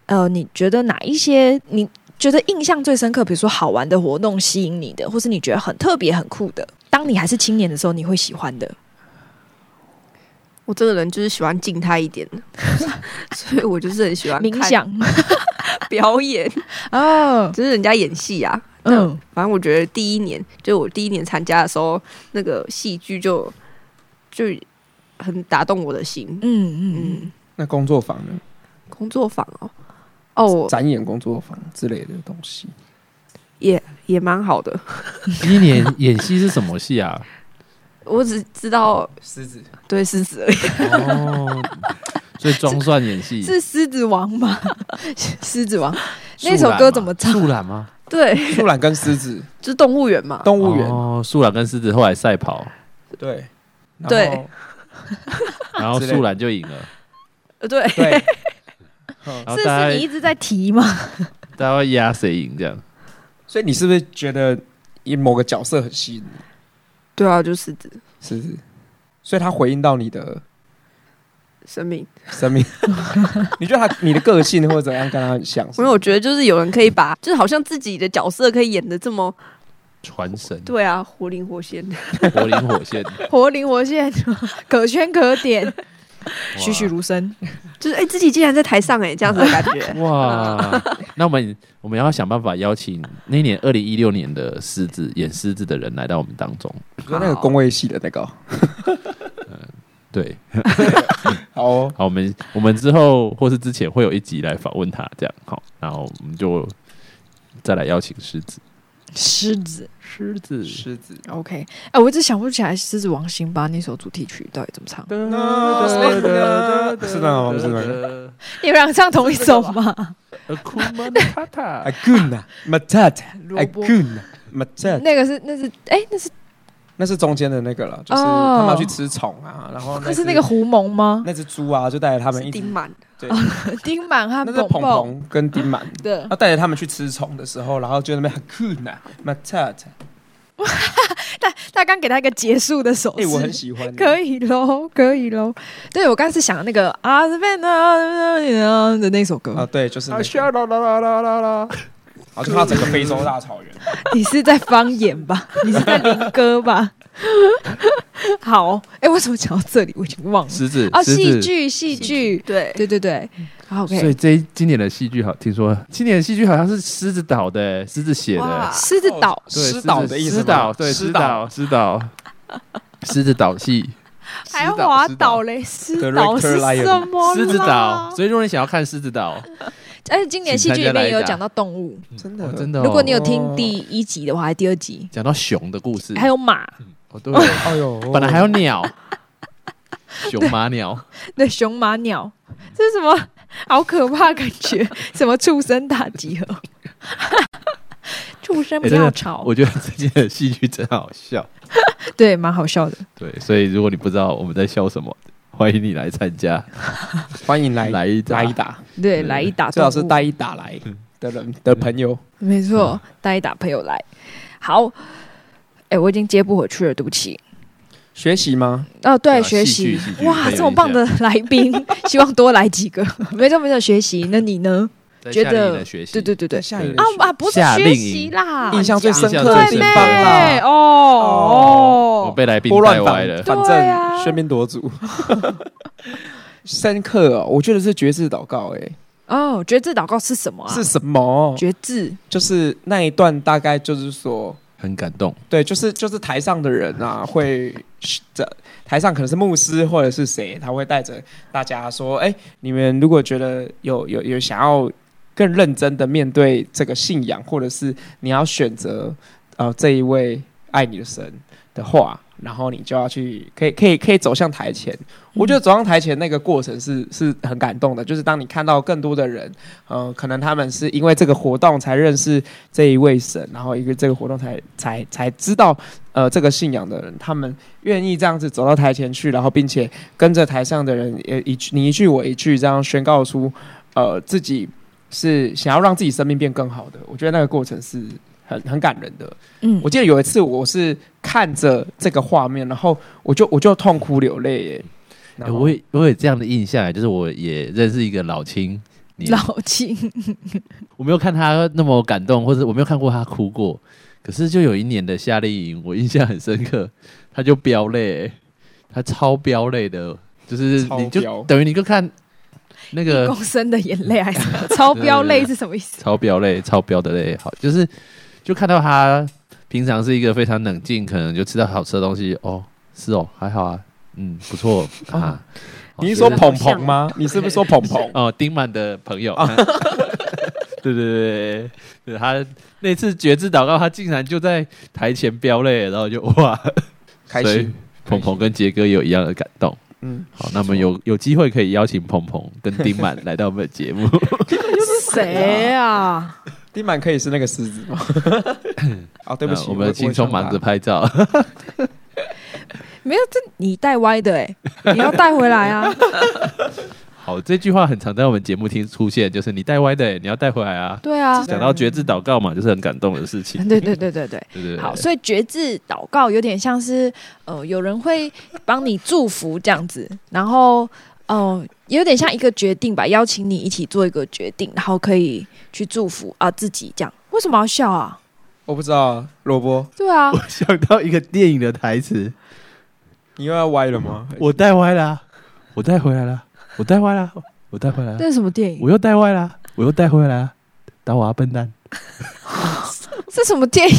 Speaker 2: 呃，你觉得哪一些你觉得印象最深刻，比如说好玩的活动吸引你的，或是你觉得很特别很酷的，当你还是青年的时候，你会喜欢的？
Speaker 4: 我这个人就是喜欢静态一点的， 所以我就是很喜欢看
Speaker 2: 冥想
Speaker 4: 表演，
Speaker 2: 哦，
Speaker 4: 就是人家演戏啊。
Speaker 2: 嗯。
Speaker 4: 反正我觉得第一年，就我第一年参加的时候，那个戏剧就就很打动我的心。
Speaker 2: 嗯嗯，
Speaker 4: 嗯，
Speaker 3: 那工作坊呢？
Speaker 4: 工作坊哦，哦，我
Speaker 3: 展演工作坊之类的东西，
Speaker 4: 也也蛮好的。
Speaker 1: 第一年演戏是什么戏啊？
Speaker 4: 我只知道
Speaker 3: 狮子
Speaker 4: 对狮子而已，
Speaker 1: 哦，所以装蒜演戏
Speaker 2: 是狮子王吗？ 狮子王
Speaker 1: 树
Speaker 2: 那
Speaker 1: 懒
Speaker 2: 首
Speaker 1: 吗
Speaker 2: 歌怎么唱
Speaker 1: 树懒吗？
Speaker 4: 对，
Speaker 3: 树懒跟狮 子，
Speaker 4: 就是动物园嘛。
Speaker 3: 动物园、
Speaker 1: 哦，树懒跟狮子后来赛跑，
Speaker 3: 对，然后
Speaker 4: 对
Speaker 1: 然后
Speaker 3: 之类的
Speaker 1: 树懒就赢了。
Speaker 4: 呃对，
Speaker 3: 对，
Speaker 1: 然后
Speaker 2: 是
Speaker 1: 大家
Speaker 2: 是你一直在提吗？
Speaker 1: 大家会压谁赢这样？
Speaker 3: 所以你是不是觉得以某个角色很吸引你？
Speaker 4: 对啊，就狮子
Speaker 3: 狮子，所以他回应到你的
Speaker 4: 生命。
Speaker 3: 生命，你觉得他你的个性或者怎样跟他很像？是
Speaker 4: 因
Speaker 3: 吗
Speaker 4: 为我觉得就是有人可以把，就是好像自己的角色可以演的这么
Speaker 1: 传神，
Speaker 4: 对啊，活灵活 现。
Speaker 1: 活灵活现，
Speaker 2: 活灵活 现，可圈可点， 栩栩如生。
Speaker 4: 就是哎、自己竟然在台上哎、这样 子的感觉。
Speaker 1: 哇！那我们我们要想办法邀请那一年二零一六年的狮子演狮子的人来到我们当中。
Speaker 3: 你说那个工位系的那个哦，
Speaker 1: 对，
Speaker 3: 好哦，
Speaker 1: 好，我们我们之后或是之前会有一集来访问他，这样好，然后我们就再来邀请狮子。
Speaker 2: 狮子
Speaker 1: 狮子
Speaker 3: 狮子。
Speaker 2: ，OK，哎、我一直想不起来《狮子王辛巴》那首主题曲到底怎么唱。
Speaker 3: 是那个吗？不是那 个。
Speaker 2: 你们俩唱同一首吗？
Speaker 1: Akuma Matata，
Speaker 3: Aguna 哎啊 matata
Speaker 2: 萝卜
Speaker 3: Aguna matata，
Speaker 2: 那个是那是哎、那是
Speaker 3: 那是中间的那个了，就是
Speaker 2: 哦
Speaker 3: 他们要去吃虫啊，然后
Speaker 2: 那
Speaker 3: 只
Speaker 2: 是那个狐獴吗？
Speaker 3: 那只猪啊，就带着他们
Speaker 4: 是
Speaker 3: 一起
Speaker 4: 丁，满，
Speaker 3: 对，
Speaker 2: 丁满和
Speaker 3: 那是
Speaker 2: 蹦
Speaker 3: 鹏
Speaker 2: 蹦
Speaker 3: 鹏跟丁满，
Speaker 2: 的
Speaker 3: 他，带着他们去吃虫的时候，然后就在那边 Aguna matata，
Speaker 2: 但他刚给他一个结束的手
Speaker 3: 哎，
Speaker 2: 势。
Speaker 3: 我很喜欢，
Speaker 2: 可以喽，可以喽。对我刚是想那个啊的那首
Speaker 3: 啊，
Speaker 2: 歌，
Speaker 3: 对，就是那个，啦啦啦啦啦，好，就看到整个非洲大草原，
Speaker 2: 你是在方言吧？你是在灵歌吧？ 好，哎、为什么讲到这里我已经忘了？
Speaker 1: 狮子
Speaker 2: 哦，
Speaker 1: 狮
Speaker 2: 戏
Speaker 1: 子
Speaker 2: 剧，戏剧，
Speaker 4: 对，
Speaker 2: 对对对，好
Speaker 1: 所
Speaker 2: ，OK，
Speaker 1: 以这一今年的戏剧好，听说今年的戏剧好像是狮子岛的、欸狮子写的
Speaker 4: 哇，
Speaker 2: 狮子岛，
Speaker 1: 对
Speaker 3: 狮岛的意思吗
Speaker 1: 狮岛对，
Speaker 3: 狮
Speaker 1: 狮岛，狮岛，狮子岛戏，
Speaker 2: 还要滑
Speaker 1: 狮
Speaker 2: 倒嘞，狮
Speaker 3: Director
Speaker 2: 岛是
Speaker 3: Lion
Speaker 2: 什么？
Speaker 1: 狮子岛。所以如果你想要看狮子岛，
Speaker 2: 但是今年戏剧里面也有讲到动物，
Speaker 3: 真
Speaker 1: 哦
Speaker 3: 的
Speaker 1: 真的哦，
Speaker 2: 如果你有听第一集的话，还是第二集，
Speaker 1: 讲到熊的故事，
Speaker 2: 还有马，
Speaker 1: 哦对，
Speaker 3: 哎呦，
Speaker 1: 本来还有鸟，熊马鸟，
Speaker 2: 对，熊马鸟， 这是什么？好可怕，感觉 什么畜生大集合， 畜生不
Speaker 1: 哎真
Speaker 2: 要
Speaker 1: 的
Speaker 2: 吵，
Speaker 1: 我觉得这届的戏剧真好笑。
Speaker 2: 对，蛮好笑的。
Speaker 1: 对，所以如果你不知道我们在笑什么，欢迎你来参加，
Speaker 3: 欢迎来
Speaker 1: 来一
Speaker 3: 来一
Speaker 1: 打。
Speaker 3: 打，
Speaker 2: 对，
Speaker 1: 对
Speaker 2: 来一打，
Speaker 3: 最好是带一打来的人的朋友。
Speaker 2: 没错，
Speaker 1: 嗯
Speaker 2: 带一打朋友来。好，哎、我已经接不回去了，对不起。
Speaker 3: 学习吗？
Speaker 2: 哦，对，
Speaker 1: 对啊
Speaker 2: 学
Speaker 1: 戏剧
Speaker 2: 习
Speaker 1: 戏，剧
Speaker 2: 哇，
Speaker 1: 可以
Speaker 2: 这么
Speaker 1: 一
Speaker 2: 棒
Speaker 1: 下
Speaker 2: 的 来宾，希望多来几个。 没错，没错，学习。那你呢？
Speaker 1: 在
Speaker 2: 觉
Speaker 1: 夏令营
Speaker 2: 得
Speaker 1: 的学习，
Speaker 2: 对对对对。
Speaker 3: 下一
Speaker 2: 啊
Speaker 3: 个
Speaker 2: 啊，不是
Speaker 1: 夏
Speaker 2: 学啊
Speaker 1: 令
Speaker 2: 习
Speaker 1: 营
Speaker 2: 啦，
Speaker 3: 印象最深刻
Speaker 1: 印
Speaker 3: 的
Speaker 1: 象
Speaker 2: 对
Speaker 1: 最
Speaker 3: 地
Speaker 1: 深刻
Speaker 3: 方
Speaker 2: 咩？
Speaker 3: 啦，
Speaker 1: 我
Speaker 2: 哦哦，
Speaker 1: 被来宾
Speaker 3: 拨
Speaker 1: 带
Speaker 3: 乱
Speaker 1: 歪
Speaker 3: 反
Speaker 1: 了。
Speaker 3: 反
Speaker 2: 对啊
Speaker 3: 正喧宾夺主。深刻哦，我觉得是绝志祷告，哎，
Speaker 2: 哦，觉志祷告是什么啊？
Speaker 3: 是什么？
Speaker 2: 觉志
Speaker 3: 就是那一段大概就是说，
Speaker 1: 很感动，
Speaker 3: 对，就是就是台上的人啊，会这台上可能是牧师或者是谁，他会带着大家说：“哎、你们如果觉得有有有想要更认真的面对这个信仰，或者是你要选择呃这一位爱你的神的话，然后你就要去可以可以可以走向台前。我觉得走上台前那个过程是是很感动的，就是当你看到更多的人，呃，可能他们是因为这个活动才认识这一位神，然后一个这个活动才才才知道，呃，这个信仰的人，他们愿意这样子走到台前去，然后并且跟着台上的人，也一句你一句我一句，这样宣告出，呃，自己是想要让自己生命变更好的。我觉得那个过程是很很感人的。
Speaker 2: 嗯
Speaker 3: 我记得有一次我是看着这个画面，然后我就我就痛哭流泪耶。
Speaker 1: 哎、
Speaker 3: 然后
Speaker 1: 我也我有这样的印象，欸就是我也认识一个老青年，
Speaker 2: 老亲，
Speaker 1: 我没有看他那么感动，或者我没有看过他哭过。可是就有一年的夏令营，我印象很深刻，他就飙泪、欸他超飙泪的，就是
Speaker 3: 超
Speaker 1: 你就
Speaker 3: 飙
Speaker 1: 等于你就看那
Speaker 2: 一
Speaker 1: 个
Speaker 2: 公升的眼泪还是什么
Speaker 1: 呃
Speaker 2: 超标泪是什么意思？
Speaker 1: 超飙泪、超飙的泪，好，就是就看到他平常是一个非常冷静，可能就吃到好吃的东西，哦，是哦，还好啊，嗯，不错啊。
Speaker 3: 哦你是
Speaker 1: 好
Speaker 3: 说
Speaker 1: 觉得
Speaker 3: 鹏鹏吗？你是不是说鹏鹏？
Speaker 1: 哦，丁满的朋友。 对对对对对，他那次绝志祷告，他竟然就在台前飙泪，然后就哇，
Speaker 3: 开
Speaker 1: 所以
Speaker 3: 心，
Speaker 1: 鹏鹏跟杰哥也有一样的感动。
Speaker 3: 嗯，
Speaker 1: 好，那么有有机会可以邀请鹏鹏跟丁满来到我们的节目。
Speaker 2: 是谁啊？
Speaker 3: 丁满可以是那个狮子 吗？啊，对不起，
Speaker 1: 那我们轻松忙着
Speaker 3: 着
Speaker 1: 拍照。
Speaker 2: 没有，这你带歪的哎、你要带回来 啊！
Speaker 1: 好，这句话很常在我们节目听出现，就是你带歪的，你要带回来啊。
Speaker 2: 对啊，
Speaker 1: 讲到绝志祷告嘛，就是很感动的事情。
Speaker 2: 对对对对对。
Speaker 1: 对对对，
Speaker 2: 好，所以觉志祷告有点像是，呃，有人会帮你祝福这样子，然后，哦、有点像一个决定吧，邀请你一起做一个决定，然后可以去祝福啊、自己这样。为什么要笑啊？
Speaker 3: 我不知道，萝卜，
Speaker 2: 对啊
Speaker 1: 我，想到一个电影的台词，
Speaker 3: 你又要歪了吗？
Speaker 1: 我带歪了啊，我带回来了，我带歪了啊，我带回来了
Speaker 2: 这，是什么电影？
Speaker 1: 我又带歪了啊，我又带回来了，打我啊笨蛋！
Speaker 2: 这什么电影？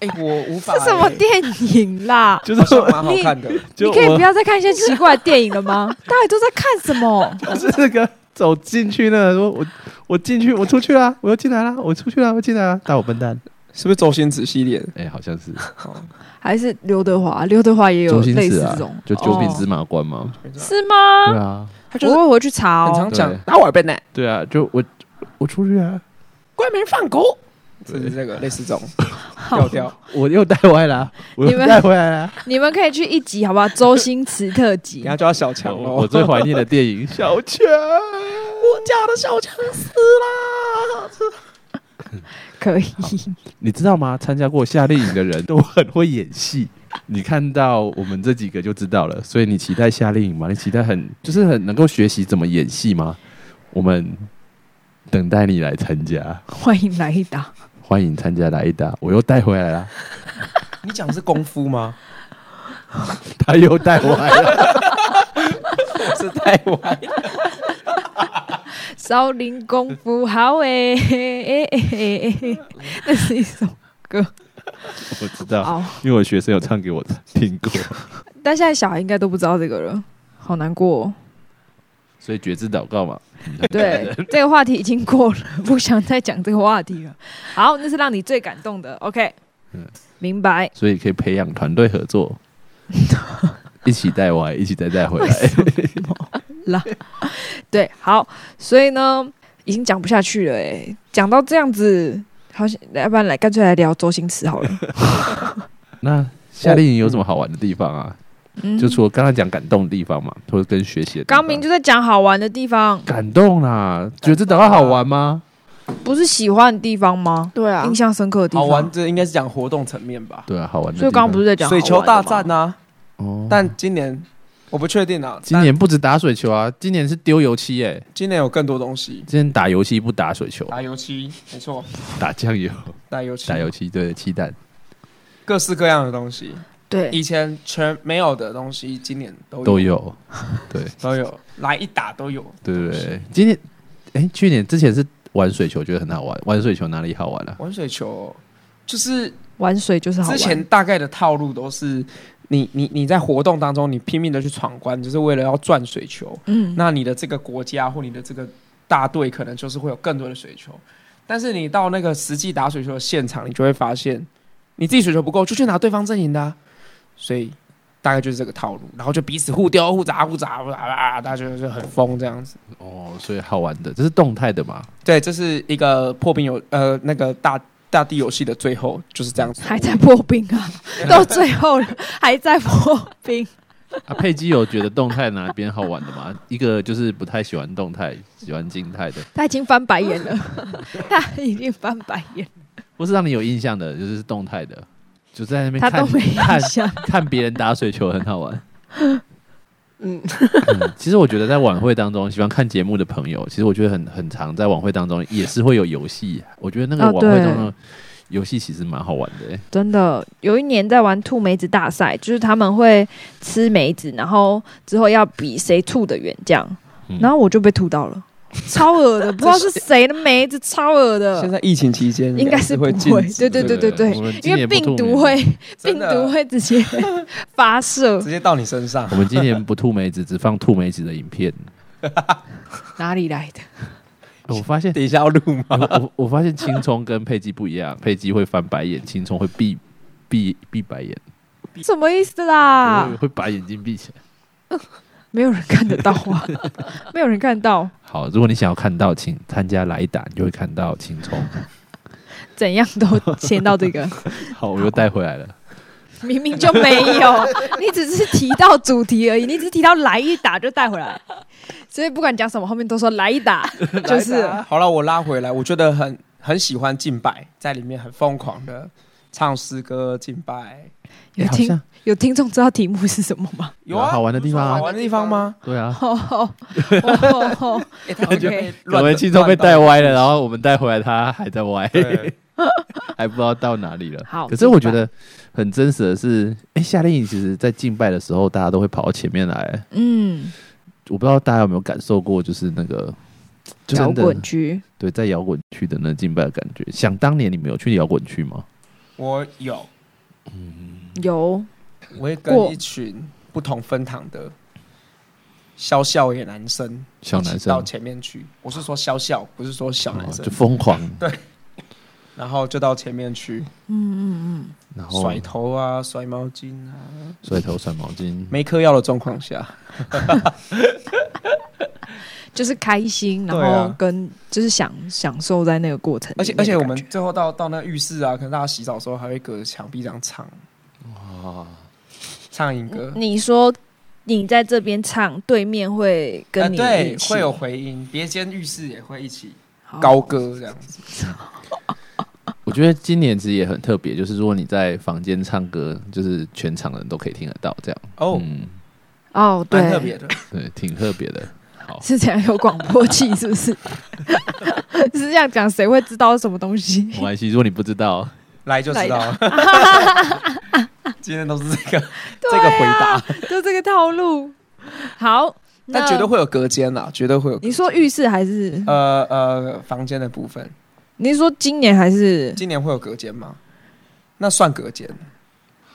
Speaker 3: 哎，我无法
Speaker 2: 这
Speaker 3: 欸，
Speaker 2: 什么电影 啦？
Speaker 1: 就
Speaker 3: 好
Speaker 1: 是
Speaker 3: 像
Speaker 1: 我
Speaker 3: 蛮好看的，
Speaker 2: 你
Speaker 1: 就
Speaker 2: 可以不
Speaker 1: 我
Speaker 2: 要再看一些奇怪的电影了吗？大家都在看什么？
Speaker 1: 就是那个走进去那个说，我我进去，我出去啦，我又进来啦，我出去啦，我进来啦，打我笨蛋！
Speaker 3: 是不是周星驰系列？
Speaker 1: 哎，好像是
Speaker 3: 哦
Speaker 2: 还是刘德华？刘德华也有
Speaker 1: 周星
Speaker 2: 类
Speaker 1: 驰
Speaker 2: 似
Speaker 1: 啊
Speaker 2: 这种，，
Speaker 1: 就九品芝
Speaker 2: 哦
Speaker 1: 麻官嘛，
Speaker 2: 是吗？
Speaker 1: 对啊，
Speaker 3: 他就是
Speaker 2: 我会回去查
Speaker 3: 很
Speaker 2: 哦。
Speaker 3: 常讲
Speaker 1: 对
Speaker 3: 打我笨蛋，
Speaker 1: 对啊，就我我出去啊，
Speaker 3: 关门放狗，就是这个类似这种 调调。
Speaker 1: 我又带歪了，啊我
Speaker 2: 你
Speaker 1: 又
Speaker 2: 们
Speaker 1: 带回来了。啊
Speaker 2: 你们可以去一集好不好？周星驰特辑
Speaker 3: 等 下。就要小 强哦
Speaker 1: 我
Speaker 3: 喽，
Speaker 1: 我最怀念的电 影《小强》，
Speaker 3: 我家的小强死啦！
Speaker 2: 可以，
Speaker 1: 你知道吗？参加过夏令营的人都很会演戏。你看到我们这几个就知道了，所以你期待夏令营吗？你期待很就是很能够学习怎么演戏吗？我们等待你来参加，
Speaker 2: 欢迎来一打。
Speaker 1: 欢迎参加来一打，我又带回来啦。
Speaker 3: 你讲的是功夫吗？
Speaker 1: 他又带歪了。
Speaker 3: 我是太歪了。
Speaker 2: 少林功夫好哎、欸欸欸欸欸那是一首歌
Speaker 1: 我知 道，
Speaker 2: 哦。
Speaker 1: 因为我学生有唱给我听过，
Speaker 2: 但现在小孩应该都不知道这个了，好难过、哦。
Speaker 1: 所以觉知祷告嘛，
Speaker 2: 对，这个话题已经过了，不想再讲这个话题了。好，那是让你最感动的。OK，
Speaker 1: 嗯
Speaker 2: 明白。
Speaker 1: 所以可以培养团队合作，一起带歪，一起再带回
Speaker 2: 为
Speaker 1: 来。
Speaker 2: 什么啦？对，好，所以呢，已经讲不下去了、欸，讲到这样子，好像要不然来干脆来聊周星驰好了。
Speaker 1: 那夏令营有什么好玩的地方啊？
Speaker 2: 嗯
Speaker 1: 就除了刚才讲感动的地方嘛，或者跟学习的地方
Speaker 2: 刚明就在讲好玩的地方，
Speaker 1: 感动啦，觉知祷告好玩吗？
Speaker 2: 不是喜欢的地方吗？
Speaker 4: 对啊
Speaker 2: 印，象深刻的地
Speaker 3: 好
Speaker 2: 方。
Speaker 3: 玩，这应该是讲活动层面吧。
Speaker 1: 对啊，好玩的地方。
Speaker 2: 所以刚刚不是在讲好玩
Speaker 3: 水
Speaker 2: 的
Speaker 3: 球大
Speaker 2: 吗
Speaker 3: 战啊，
Speaker 1: 哦，
Speaker 3: 但今年我不确定啊。
Speaker 1: 今年不止打水球啊，今年是丢油漆耶、
Speaker 3: 但今年有更多东西，
Speaker 1: 今年打油漆不打水球，
Speaker 3: 打油漆，没错，
Speaker 1: 打酱油，
Speaker 3: 打油漆，
Speaker 1: 打油漆对鸡蛋。
Speaker 3: 各式各样的东西，
Speaker 2: 对，
Speaker 3: 以前全没有的东西，今年都
Speaker 1: 都有，对
Speaker 3: 都有，来一打都有。
Speaker 1: 对对对。今年，哎、去年之前是玩水球，觉得很好玩。玩水球哪里好玩啊？
Speaker 3: 玩水球就是
Speaker 2: 玩水就是好
Speaker 3: 之
Speaker 2: 玩。
Speaker 3: 前大概的套路都是你你你在活动当中，你拼命的去闯关，就是为了要赚水球。
Speaker 2: 嗯，
Speaker 3: 那你的这个国家或你的这个大队，可能就是会有更多的水球。但是你到那个实际打水球的现场，你就会发现你自己水球不够，就去拿对方阵营的啊、所以大概就是这个套路，然后就彼此互丢、互砸、互砸、互砸啊，大家就就很疯这样子。
Speaker 1: 哦，所以好玩的，这是动态的嘛？
Speaker 3: 对，这是一个破冰游呃那个大大地游戏的最后就是这样子。
Speaker 2: 还在破冰啊，到最后了还在破冰。
Speaker 1: 啊，佩姬有觉得动态哪边好玩的吗？一个就是不太喜欢动态，喜欢静态的，
Speaker 2: 他已经翻白眼了， 他已经翻白眼，
Speaker 1: 或是让你有印象的，就是动态的，就在那边
Speaker 2: 他
Speaker 1: 看
Speaker 2: 都没
Speaker 1: 看
Speaker 2: 印象。
Speaker 1: 看别人打水球很好玩。
Speaker 4: 嗯，
Speaker 1: 嗯其实我觉得在晚会当中，喜欢看节目的朋友，其实我觉得很很常在晚会当中也是会有游戏。我觉得那个
Speaker 2: 哦
Speaker 1: 晚会
Speaker 2: 对
Speaker 1: 当中的游戏其实蛮好玩的、欸
Speaker 2: 真的，有一年在玩吐梅子大赛，就是他们会吃梅子，然后之后要比谁吐的远，这样
Speaker 1: 嗯。
Speaker 2: 然后我就被吐到了，超恶的，不知道是谁的梅子，超恶
Speaker 3: 现
Speaker 2: 在
Speaker 3: 在疫情期间
Speaker 2: 呃应该是不
Speaker 3: 会
Speaker 2: 会
Speaker 3: 禁止，
Speaker 2: 对对对对
Speaker 1: 我们今
Speaker 2: 因为
Speaker 1: 年不
Speaker 2: 病
Speaker 1: 吐梅
Speaker 2: 毒
Speaker 1: 子
Speaker 2: 会，
Speaker 3: 真
Speaker 2: 病
Speaker 3: 的
Speaker 2: 毒会直 接发射
Speaker 3: 直，接到你身上
Speaker 1: 我。们今年不吐梅子，只放吐梅子的影 片。
Speaker 2: 哪里来的？
Speaker 1: 我发现，
Speaker 2: 啊
Speaker 3: 等一下要录吗？
Speaker 1: 我我我发现青葱跟佩姬不一样，佩姬会翻白眼，青葱会闭闭闭白眼，
Speaker 2: 什么意思啦
Speaker 1: 我？会把眼睛闭起来。
Speaker 2: 没有人看得到 啊，没有人看到，
Speaker 1: 好，如果你想要看到，请参加来打，你就会看到青 葱。
Speaker 2: 怎样都签到这 个，
Speaker 1: 好，我又带回来了。
Speaker 2: 明明就没有，你只是提到主题而已，你只是提到来一打就带回来，所以不管讲什么，后面都说来一 打，就是了
Speaker 3: 好了，我拉回来，我觉得很很喜欢敬拜，在里面很疯狂的唱诗歌敬拜。
Speaker 2: 有
Speaker 1: 好像
Speaker 2: 听有听众知道题目是什么吗？
Speaker 3: 有
Speaker 1: 有啊
Speaker 3: 啊，
Speaker 1: 好玩的地方啊
Speaker 3: 好玩的地方吗？
Speaker 1: 对啊，
Speaker 2: 哦哦 哦哦，
Speaker 3: 哎他 会
Speaker 2: 觉
Speaker 3: 被
Speaker 1: 我
Speaker 3: 乱
Speaker 1: 们青葱被带
Speaker 3: 乱
Speaker 1: 歪了，然后我们带回来，他还在歪。
Speaker 3: 对
Speaker 1: 还不知道到哪里了。
Speaker 2: 好
Speaker 1: 可是我觉得很真实的是，哎、夏令营其实在敬拜的时候，大家都会跑到前面来。
Speaker 2: 嗯，
Speaker 1: 我不知道大家有没有感受过，就是那个就
Speaker 2: 摇
Speaker 1: 真的
Speaker 2: 滚区
Speaker 1: 对，在摇滚区的那敬拜的感觉。想当年你们有去摇滚区吗？
Speaker 3: 我有，
Speaker 2: 有
Speaker 3: 我也跟
Speaker 2: 过
Speaker 3: 一群不同分堂的小小野男生
Speaker 1: 小
Speaker 3: 一
Speaker 1: 男
Speaker 3: 起到
Speaker 1: 生
Speaker 3: 前面去。我是说小小，不是说小男
Speaker 1: 哦
Speaker 3: 生
Speaker 1: 就。疯狂，
Speaker 3: 然后就到前面去
Speaker 1: 然后
Speaker 3: 甩头啊，甩毛巾啊，
Speaker 1: 甩头甩毛巾，
Speaker 3: 没嗑药的状况下，
Speaker 2: 就是开心，然
Speaker 3: 对
Speaker 2: 后
Speaker 3: 啊
Speaker 2: 跟就是享享受在那个过程里
Speaker 3: 而且
Speaker 2: 面的
Speaker 3: 而且我
Speaker 2: 感
Speaker 3: 们
Speaker 2: 觉
Speaker 3: 最后到到那浴室啊，可能大家洗澡的时候还会隔着墙壁这样唱，唱一歌，
Speaker 2: 你说你在这边唱，对面会
Speaker 3: 呃
Speaker 2: 跟你一起、哦
Speaker 3: 对，会有回音，别间浴室也会一起
Speaker 2: 好
Speaker 3: 高歌这样子。
Speaker 1: 我觉得今年其实也很特别，就是如果你在房间唱歌，就是全场人都可以听得到，这样
Speaker 3: 哦，
Speaker 1: 嗯，
Speaker 2: 哦，对，
Speaker 3: 蛮特别的，
Speaker 1: 对，挺特别的。好，
Speaker 2: 是这样有广播器是不 是？是这样讲，谁会知道是什么东西
Speaker 1: 没？关系，如果你不知道，
Speaker 3: 来就知道了。今天都是这个、啊
Speaker 2: 对
Speaker 3: 这个回答，
Speaker 2: 就这个套路。好，那
Speaker 3: 但绝对会有隔间啦，绝对会有。
Speaker 2: 你说浴室还是？
Speaker 3: 呃呃，房间的部分，
Speaker 2: 你是说今年还是？
Speaker 3: 今年会有隔间吗？那算隔间，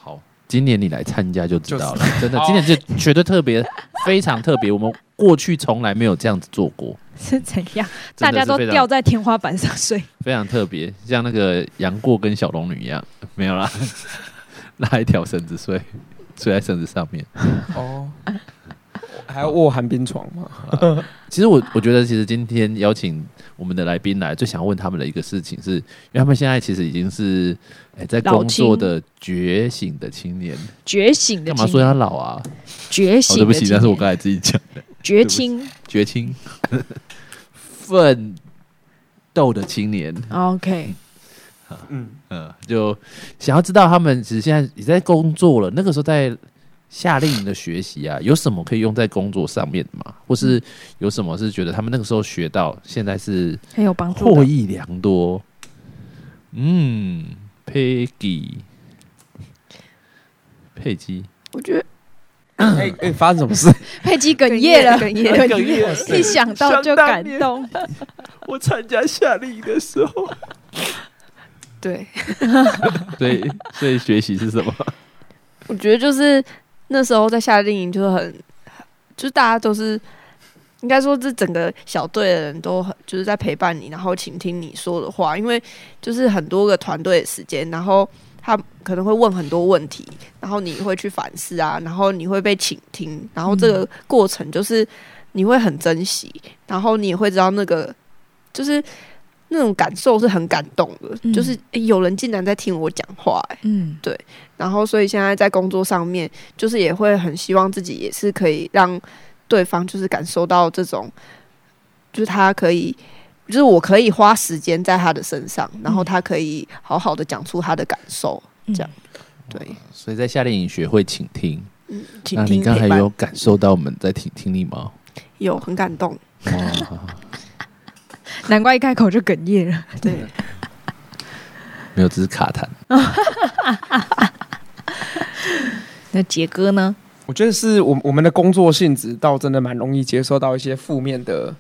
Speaker 1: 好，今年你来参加就知道了，真的
Speaker 3: 好，
Speaker 1: 今年就绝对特别，非常特别，我们过去从来没有这样子做过，
Speaker 2: 是怎样？
Speaker 1: 真
Speaker 2: 大
Speaker 1: 的
Speaker 2: 家
Speaker 1: 是
Speaker 2: 都
Speaker 1: 非常
Speaker 2: 吊在天花板上睡。
Speaker 1: 非常特别，像那个杨过跟小龙女一样，没有啦， 拉一条绳子睡，睡在绳子上面。
Speaker 3: 哦，还要卧寒冰床吗？
Speaker 1: 其实我我觉得，其实今天邀请我们的来宾来，最想要问他们的一个事情是，因为他们现在其实已经是哎、在
Speaker 2: 老
Speaker 1: 工作
Speaker 2: 青
Speaker 1: 的觉醒的青年，
Speaker 2: 觉醒的
Speaker 1: 干嘛
Speaker 2: 青
Speaker 1: 说他老啊？
Speaker 2: 觉
Speaker 1: 好、
Speaker 2: 醒
Speaker 3: 哦
Speaker 1: 对
Speaker 2: 的
Speaker 1: 不
Speaker 2: 青
Speaker 1: 起，
Speaker 2: 年
Speaker 1: 但是我刚才自己讲的
Speaker 2: 觉青。
Speaker 1: 绝青 奋斗的青年，
Speaker 2: OK，
Speaker 3: 嗯，
Speaker 1: 嗯，就想要知道他们其实现在也在工作了，那个时候在夏令营的学习啊，有什么可以用在工作上面的吗？或
Speaker 2: 嗯
Speaker 1: 是有什么是觉得他们那个时候学到，现在是
Speaker 2: 很有帮助
Speaker 1: 获
Speaker 2: 的。
Speaker 1: 益良多？嗯，Peggy，佩姬，
Speaker 4: 我觉得
Speaker 3: 哎哎，发生什么事？
Speaker 2: 佩姬哽咽了，
Speaker 4: 哽咽了
Speaker 2: 哽咽了一想到就感 动。
Speaker 1: 我参加夏令营的时候，
Speaker 4: 对，
Speaker 1: 所以所以学习是什么？
Speaker 4: 我觉得就是那时候在夏令营就是很，就是大家都是。应该说，这整个小队的人都很就是在陪伴你，然后倾听你说的话，因为就是很多个团队的时间，然后他可能会问很多问题，然后你会去反思啊，然后你会被倾听，然后这个过程就是你会很珍惜，然后你也会知道那个就是那种感受是很感动的，
Speaker 2: 嗯
Speaker 4: 就是、诶有人竟然在听我讲话、诶
Speaker 2: 嗯，
Speaker 4: 然后所以现在在工作上面，就是也会很希望自己也是可以让对方就是感受到这种，就是他可以，就是我可以花时间在他的身上，然后他可以好好的讲出他的感受，
Speaker 2: 嗯
Speaker 4: 这样对，
Speaker 1: 所以在夏令营学会倾听。
Speaker 4: 倾
Speaker 1: 那你
Speaker 4: 听
Speaker 1: 刚才
Speaker 4: 陪伴
Speaker 1: 有感受到我们在听听你吗？哦
Speaker 4: 有很感动，
Speaker 1: 哇，
Speaker 2: 难怪一开口就哽咽了。
Speaker 4: 对，
Speaker 1: 没有，只是卡痰。
Speaker 2: 那杰哥呢？
Speaker 3: 我觉得是我我们的工作性质倒真的蛮容易接受到一些负面的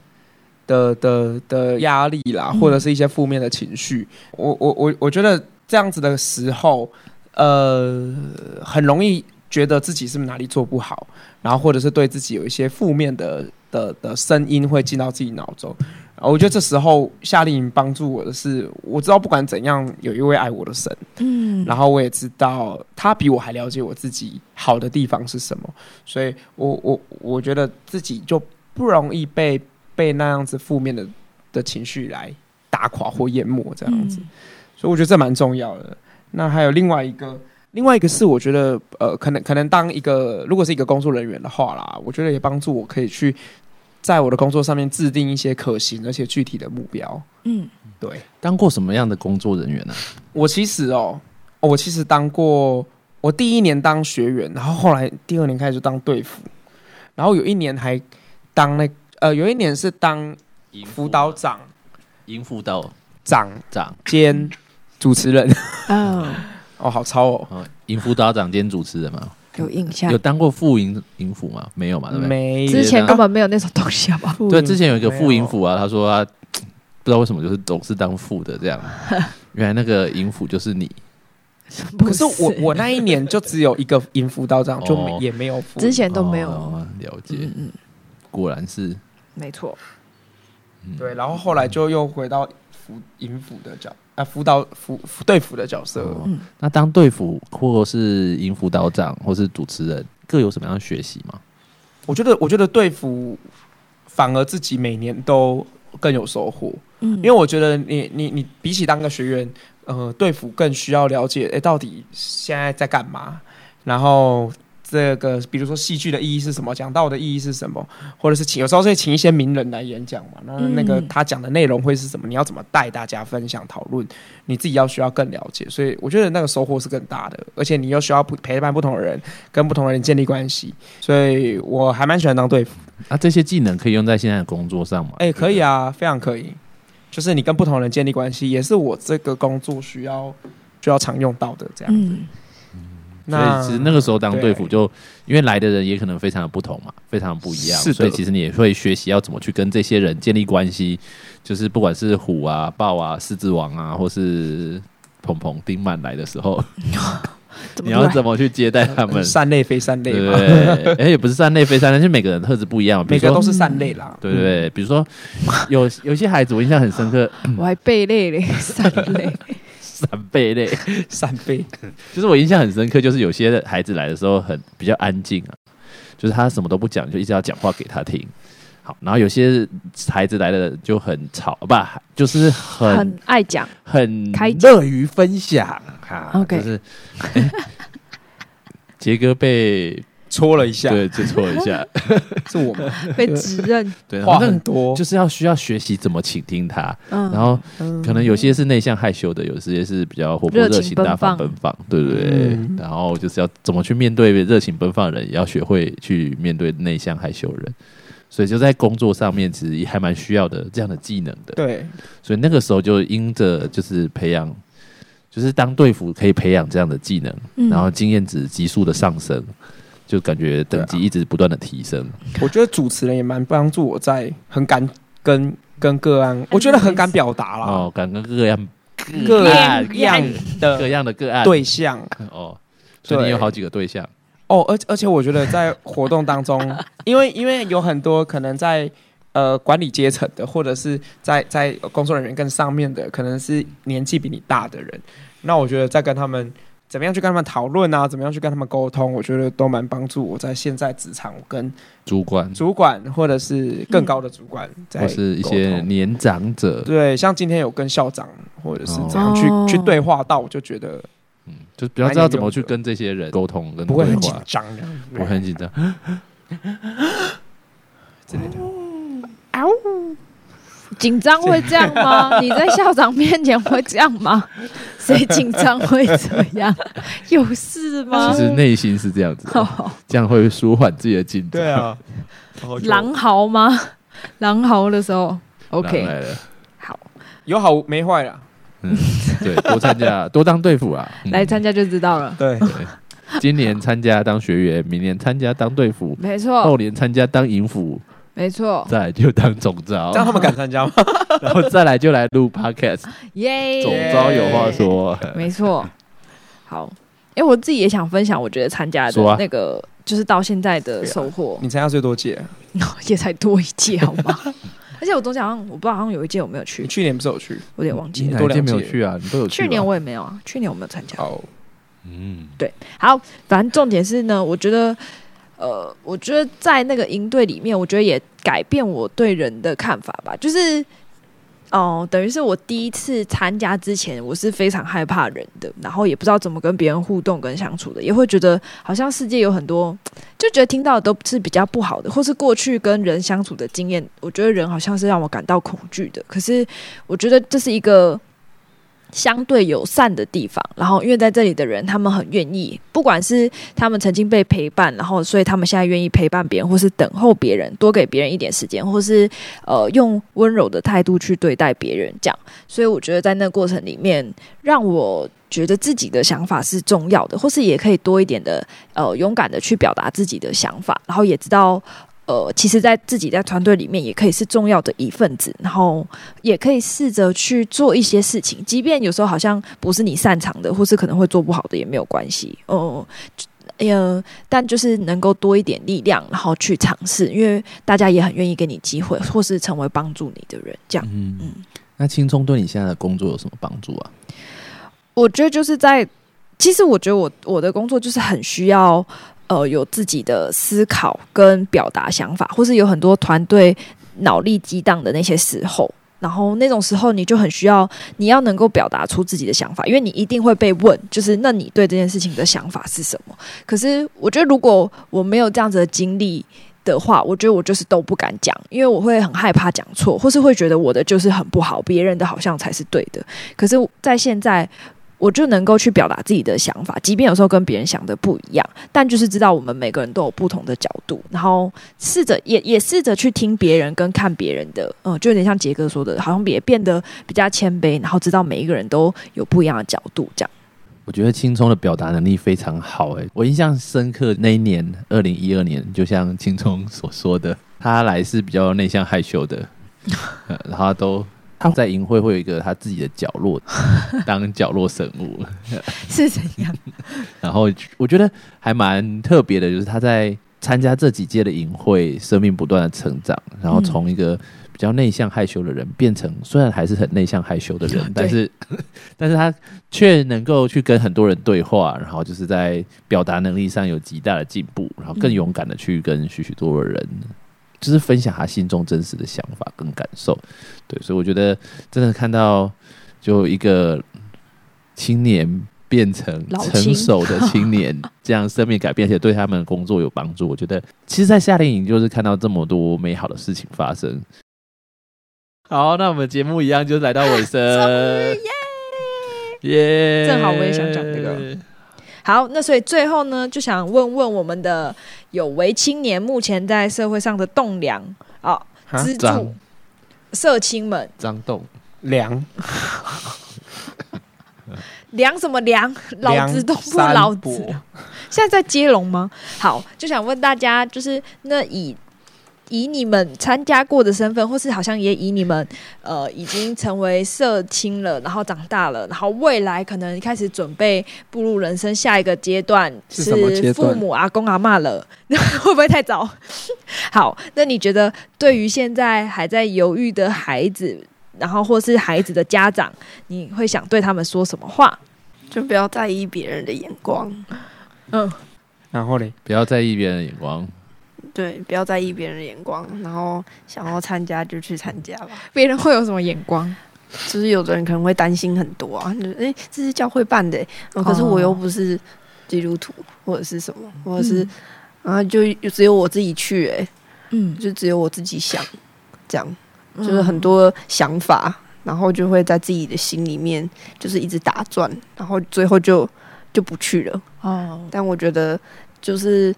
Speaker 3: 的的的压力啦，
Speaker 2: 嗯
Speaker 3: 或者是一些负面的情绪。我我我我觉得这样子的时候，呃，很容易觉得自己是不是哪里做不好，然后或者是对自己有一些负面的的的声音会进到自己脑中。然后我觉得这时候夏令营帮助我的是，我知道不管怎样，有一位爱我的神。
Speaker 2: 嗯
Speaker 3: 然后我也知道他比我还了解我自己好的地方是什么，所以我我我觉得自己就不容易被被那样子负面的的情绪来打垮或淹没这样
Speaker 2: 嗯
Speaker 3: 子，所以我觉得这蛮重要的。那还有另外一个，另外一个是我觉得呃，可能可能当一个如果是一个工作人员的话啦，我觉得也帮助我可以去在我的工作上面制定一些可行而且具体的目标。
Speaker 2: 嗯，
Speaker 3: 对，
Speaker 1: 当过什么样的工作人员呢、啊
Speaker 3: 我其实哦，哦我其实当过，我第一年当学员，然后后来第二年开始就当队服，然后有一年还当那呃，有一年是当
Speaker 1: 营
Speaker 3: 辅导长、
Speaker 1: 营辅导
Speaker 3: 长
Speaker 1: 长，
Speaker 3: 兼主持人。
Speaker 2: 哦，
Speaker 3: 哦，好超哦，
Speaker 1: 哦，营辅导长兼主持人嘛，
Speaker 2: 有印象
Speaker 1: 有。啊当过副营营辅吗？没有嘛，对不对？
Speaker 3: 没
Speaker 2: 之前根本没有那种东西，好不好？
Speaker 1: 对，之前有一个副营
Speaker 3: 辅，
Speaker 1: 辅啊，他说他不知道为什么就是总是当副的这 样，原来那个营辅就是你，
Speaker 3: 可是我我那一年就只有一个营辅导长，就没
Speaker 1: 哦
Speaker 3: 也没有辅
Speaker 2: 之前哎都没有。
Speaker 1: 哦了解
Speaker 2: 嗯，嗯，
Speaker 1: 果然是
Speaker 2: 没错。
Speaker 3: 对，然后后来就又回到辅营辅的角啊，辅导辅辅队服的角色。
Speaker 1: 哦
Speaker 2: 嗯
Speaker 1: 那当队服或是营辅导长或是主持人，各有什么样的学习吗？
Speaker 3: 我觉得，我觉得队服反而自己每年都更有收获，
Speaker 2: 嗯，
Speaker 3: 因为我觉得你你你比起当个学员，呃，队服更需要了解，诶，到底现在在干嘛，然后。这个，比如说戏剧的意义是什么？讲道的意义是什么？或者是请有时候是请一些名人来演讲嘛？那
Speaker 2: 嗯
Speaker 3: 那个他讲的内容会是什么？你要怎么带大家分享讨论？你自己要需要更了解。所以我觉得那个收获是更大的，而且你又需要不陪伴不同的人，跟不同的人建立关系。所以我还蛮喜欢当队服。
Speaker 1: 那、啊这些技能可以用在现在的工作上吗？
Speaker 3: 哎、可以
Speaker 1: 啊。
Speaker 3: 啊，非常可以。就是你跟不同人建立关系，也是我这个工作需要需要常用到的这样。
Speaker 1: 所
Speaker 2: 嗯，
Speaker 3: 那
Speaker 1: 以其实那个时候当队辅
Speaker 3: 对
Speaker 1: 就，因为来的人也可能非常的不同嘛，非常不一样，
Speaker 3: 是的
Speaker 1: 所以其实你也会学习要怎么去跟这些人建立关系，就是不管是虎啊、豹啊、狮子王啊，或是鹏鹏、丁满来的时候，
Speaker 2: 怎
Speaker 1: 你
Speaker 2: 么
Speaker 1: 要
Speaker 2: 突然
Speaker 1: 怎么去接待他 们？
Speaker 3: 善类非善类 嘛，
Speaker 1: 对， 哎，也不是善类非善类，就每个人特质不一样，比
Speaker 3: 每
Speaker 1: 如
Speaker 3: 个
Speaker 1: 说
Speaker 3: 都是善类啦。
Speaker 1: 嗯对对对，比如说有有些孩子我印象很深 刻，
Speaker 2: 我还背累 嘞，散累。
Speaker 1: 三倍类，
Speaker 3: 嗯，善 非
Speaker 1: 就是我印象很深刻，就是有些孩子来的时候很比较安静啊，就是他什么都不讲，就一直要讲话给他听。好，然后有些孩子来的就很吵，不，就是很
Speaker 2: 很爱讲，
Speaker 1: 很
Speaker 2: 开讲
Speaker 1: 乐于分享哈。
Speaker 2: OK
Speaker 1: 就是 哎杰哥被
Speaker 3: 戳了一下，
Speaker 1: 对就错了一 下，
Speaker 3: 是我们
Speaker 2: 被指认，
Speaker 1: 对，然
Speaker 3: 话
Speaker 1: 后
Speaker 3: 很
Speaker 1: 那
Speaker 3: 多，
Speaker 1: 就是要需要学习怎么倾听他，
Speaker 2: 嗯，
Speaker 1: 然后
Speaker 3: 嗯
Speaker 1: 可能有些是内向害羞的，有些是比较活泼
Speaker 2: 热情
Speaker 1: 热情大方
Speaker 2: 奔
Speaker 1: 奔放，对不对？
Speaker 3: 嗯
Speaker 1: 然后就是要怎么去面对热情奔放的人，也要学会去面对内向害羞的人。所以就在工作上面，其实也还蛮需要的这样的技能的。
Speaker 3: 对，
Speaker 1: 所以那个时候就因着就是培养，就是当队服可以培养这样的技能，
Speaker 2: 嗯
Speaker 1: 然后经验值急速的上升，就感觉
Speaker 3: 啊
Speaker 1: 等级一直不断的提升。
Speaker 3: 我觉得主持人也蛮帮助我在很敢跟跟个案，我觉得很敢表达啦，
Speaker 1: 哦，感觉各样
Speaker 3: 个
Speaker 1: 案
Speaker 3: 样
Speaker 1: 各
Speaker 3: 的
Speaker 1: 样的个案
Speaker 3: 对象。
Speaker 1: 哦，所以你
Speaker 3: 对
Speaker 1: 有好几个对象。
Speaker 3: 哦，而而且我觉得在活动当中，因为因为有很多可能在呃管理阶层的，或者是在在工作人员更上面的，可能是年纪比你大的人，那我觉得在跟他们怎么样去跟他们讨论啊，怎么样去跟他们沟通，我觉得都蛮帮助我在现在职场我跟
Speaker 1: 主管，
Speaker 3: 主管或者是更高的主管在
Speaker 1: 或是一些
Speaker 3: 沟通
Speaker 1: 年长者，
Speaker 3: 对，像今天有跟校长或者是怎样去、
Speaker 2: 哦
Speaker 3: 去对话到，我就觉得
Speaker 1: 嗯，就比较知道怎么去跟这些人沟通跟
Speaker 3: 不会
Speaker 1: 对
Speaker 3: 很紧
Speaker 1: 话，
Speaker 3: 张的，
Speaker 1: 不会很紧张。
Speaker 3: 之类的。
Speaker 2: 紧张会这样 吗？你在校长面前会这样吗？谁紧张会这样？有事吗
Speaker 1: 其？实内心是这样子的，
Speaker 2: 哦
Speaker 1: 这样会舒缓自己的紧张。
Speaker 3: 对啊，然后 就
Speaker 2: 狼嚎吗？ 狼嚎的时候
Speaker 1: 狼
Speaker 2: ，OK，
Speaker 1: 来了，
Speaker 2: 好，
Speaker 3: 有好没坏啦。
Speaker 1: 嗯，对，多参 加，多当队服啊。嗯
Speaker 2: 来参加就知道了。
Speaker 3: 对，
Speaker 1: 今年参加当学员，明年参加当队服，
Speaker 2: 没错，
Speaker 1: 后年参加当营服，
Speaker 2: 没错，
Speaker 1: 再来就当总招
Speaker 3: 这，样他们敢参加吗？
Speaker 1: 然后再来就来录 podcast。
Speaker 2: 耶！
Speaker 1: 总招有话说，
Speaker 2: 没错。好，因为我自己也想分享，我觉得参加的
Speaker 1: 说啊
Speaker 2: 那个、就是到现在的收获，
Speaker 3: 你参加最多届，
Speaker 1: 啊
Speaker 2: 也才多一届，好 吗？而且我中间好像我不知道，好像有一届我没有
Speaker 3: 你
Speaker 2: 去，
Speaker 3: 去年不是有去？
Speaker 2: 我有点忘记
Speaker 1: 你
Speaker 2: 了。
Speaker 1: 哪一届没有去啊？你都有去吧
Speaker 2: 去年我也没有啊，去年我没有参加。
Speaker 3: 哦，
Speaker 1: 嗯，
Speaker 2: 好，反正重点是呢，我觉得，呃，我觉得在那个营队里面，我觉得也改变我对人的看法吧。就是，哦、等于是我第一次参加之前，我是非常害怕人的，然后也不知道怎么跟别人互动跟相处的，也会觉得好像世界有很多，就觉得听到的都是比较不好的，或是过去跟人相处的经验，我觉得人好像是让我感到恐惧的。可是，我觉得这是一个。相对友善的地方，然后因为在这里的人，他们很愿意，不管是他们曾经被陪伴，然后所以他们现在愿意陪伴别人，或是等候别人，多给别人一点时间，或是呃用温柔的态度去对待别人，这样。所以我觉得在那个过程里面，让我觉得自己的想法是重要的，或是也可以多一点的呃勇敢的去表达自己的想法，然后也知道。呃，其实，在自己在团队里面也可以是重要的一份子，然后也可以试着去做一些事情，即便有时候好像不是你擅长的，或是可能会做不好的，也没有关系。哦、呃，呃，但就是能够多一点力量，然后去尝试，因为大家也很愿意给你机会，或是成为帮助你的人。这样，
Speaker 1: 嗯，那青葱对你现在的工作有什么帮助啊？
Speaker 2: 我觉得就是在，其实我觉得我我的工作就是很需要。呃，有自己的思考跟表达想法，或是有很多团队脑力激荡的那些时候，然后那种时候你就很需要，你要能够表达出自己的想法，因为你一定会被问，就是那你对这件事情的想法是什么？可是我觉得如果我没有这样子的经历。的话，我觉得我就是都不敢讲，因为我会很害怕讲错，或是会觉得我的就是很不好，别人的好像才是对的。可是，在现在，我就能够去表达自己的想法，即便有时候跟别人想的不一样，但就是知道我们每个人都有不同的角度，然后试着也也试着去听别人跟看别人的，嗯，就有点像杰哥说的，好像也变得比较谦卑，然后知道每一个人都有不一样的角度这样。
Speaker 1: 我觉得青葱的表达能力非常好、欸，我印象深刻那一年，二零一二年，就像青葱所说的，他来是比较内向害羞的，呃、然后他都他在营会会有一个他自己的角落，当角落生物，
Speaker 2: 是怎样？
Speaker 1: 然后我觉得还蛮特别的，就是他在参加这几届的营会，生命不断的成长，然后从一个比较内向害羞的人，变成虽然还是很内向害羞的人，但是 但是他却能够去跟很多人对话，然后就是在表达能力上有极大的进步，然后更勇敢的去跟许许多多的人。就是分享他心中真实的想法跟感受，对，所以我觉得真的看到就一个青年变成
Speaker 2: 老青
Speaker 1: 成熟的青 年，这样生命改变，而且对他们的工作有帮助。我觉得，其实，在夏令营就是看到这么多美好的事情发生。好，那我们节目一样就来到尾声，
Speaker 3: 呃
Speaker 1: 耶！
Speaker 2: 正好我也想讲这个。好，那所以最后呢，就想问问我们的有为青年目前在社会上的栋梁啊，
Speaker 3: 啊
Speaker 2: 资
Speaker 1: 张
Speaker 2: 助社青们
Speaker 1: 张栋，
Speaker 3: 梁
Speaker 2: 梁什么梁，老子都不
Speaker 3: 梁
Speaker 2: 老
Speaker 3: 山伯
Speaker 2: 子啊了。现在在接龙吗？好，就想问大家，就是那以以你们参加过的身份，或是好像也以你们呃已经成为社青了，然后长大了，然后未来可能开始准备步入人生下一个阶段，
Speaker 3: 是什么阶段
Speaker 2: 父母阿公阿嬷了， 那会不会太早？好，那你觉得对于现在还在犹豫的孩子，然后或是孩子的家长，你会想对他们说什么话？
Speaker 4: 就不要在意别人的眼光，
Speaker 2: 嗯，
Speaker 3: 然后嘞，
Speaker 1: 不要在意别人的眼光。
Speaker 4: 对，不要在意别人的眼光，然后想要参加就去参加吧。
Speaker 2: 别人会有什么眼光？
Speaker 4: 就是有的人可能会担心很多啊，就是哎、诶这是教会办的、哦可是我又不是基督徒或者是什么，或者是、啊，就只有我自己去、诶
Speaker 2: 嗯，
Speaker 4: 就只有我自己想，这样
Speaker 2: 就
Speaker 4: 就是很多想法，然后就会在自己的心里面就是一直打转，然后最后就就不去了。
Speaker 2: 哦，
Speaker 4: 但我觉得就是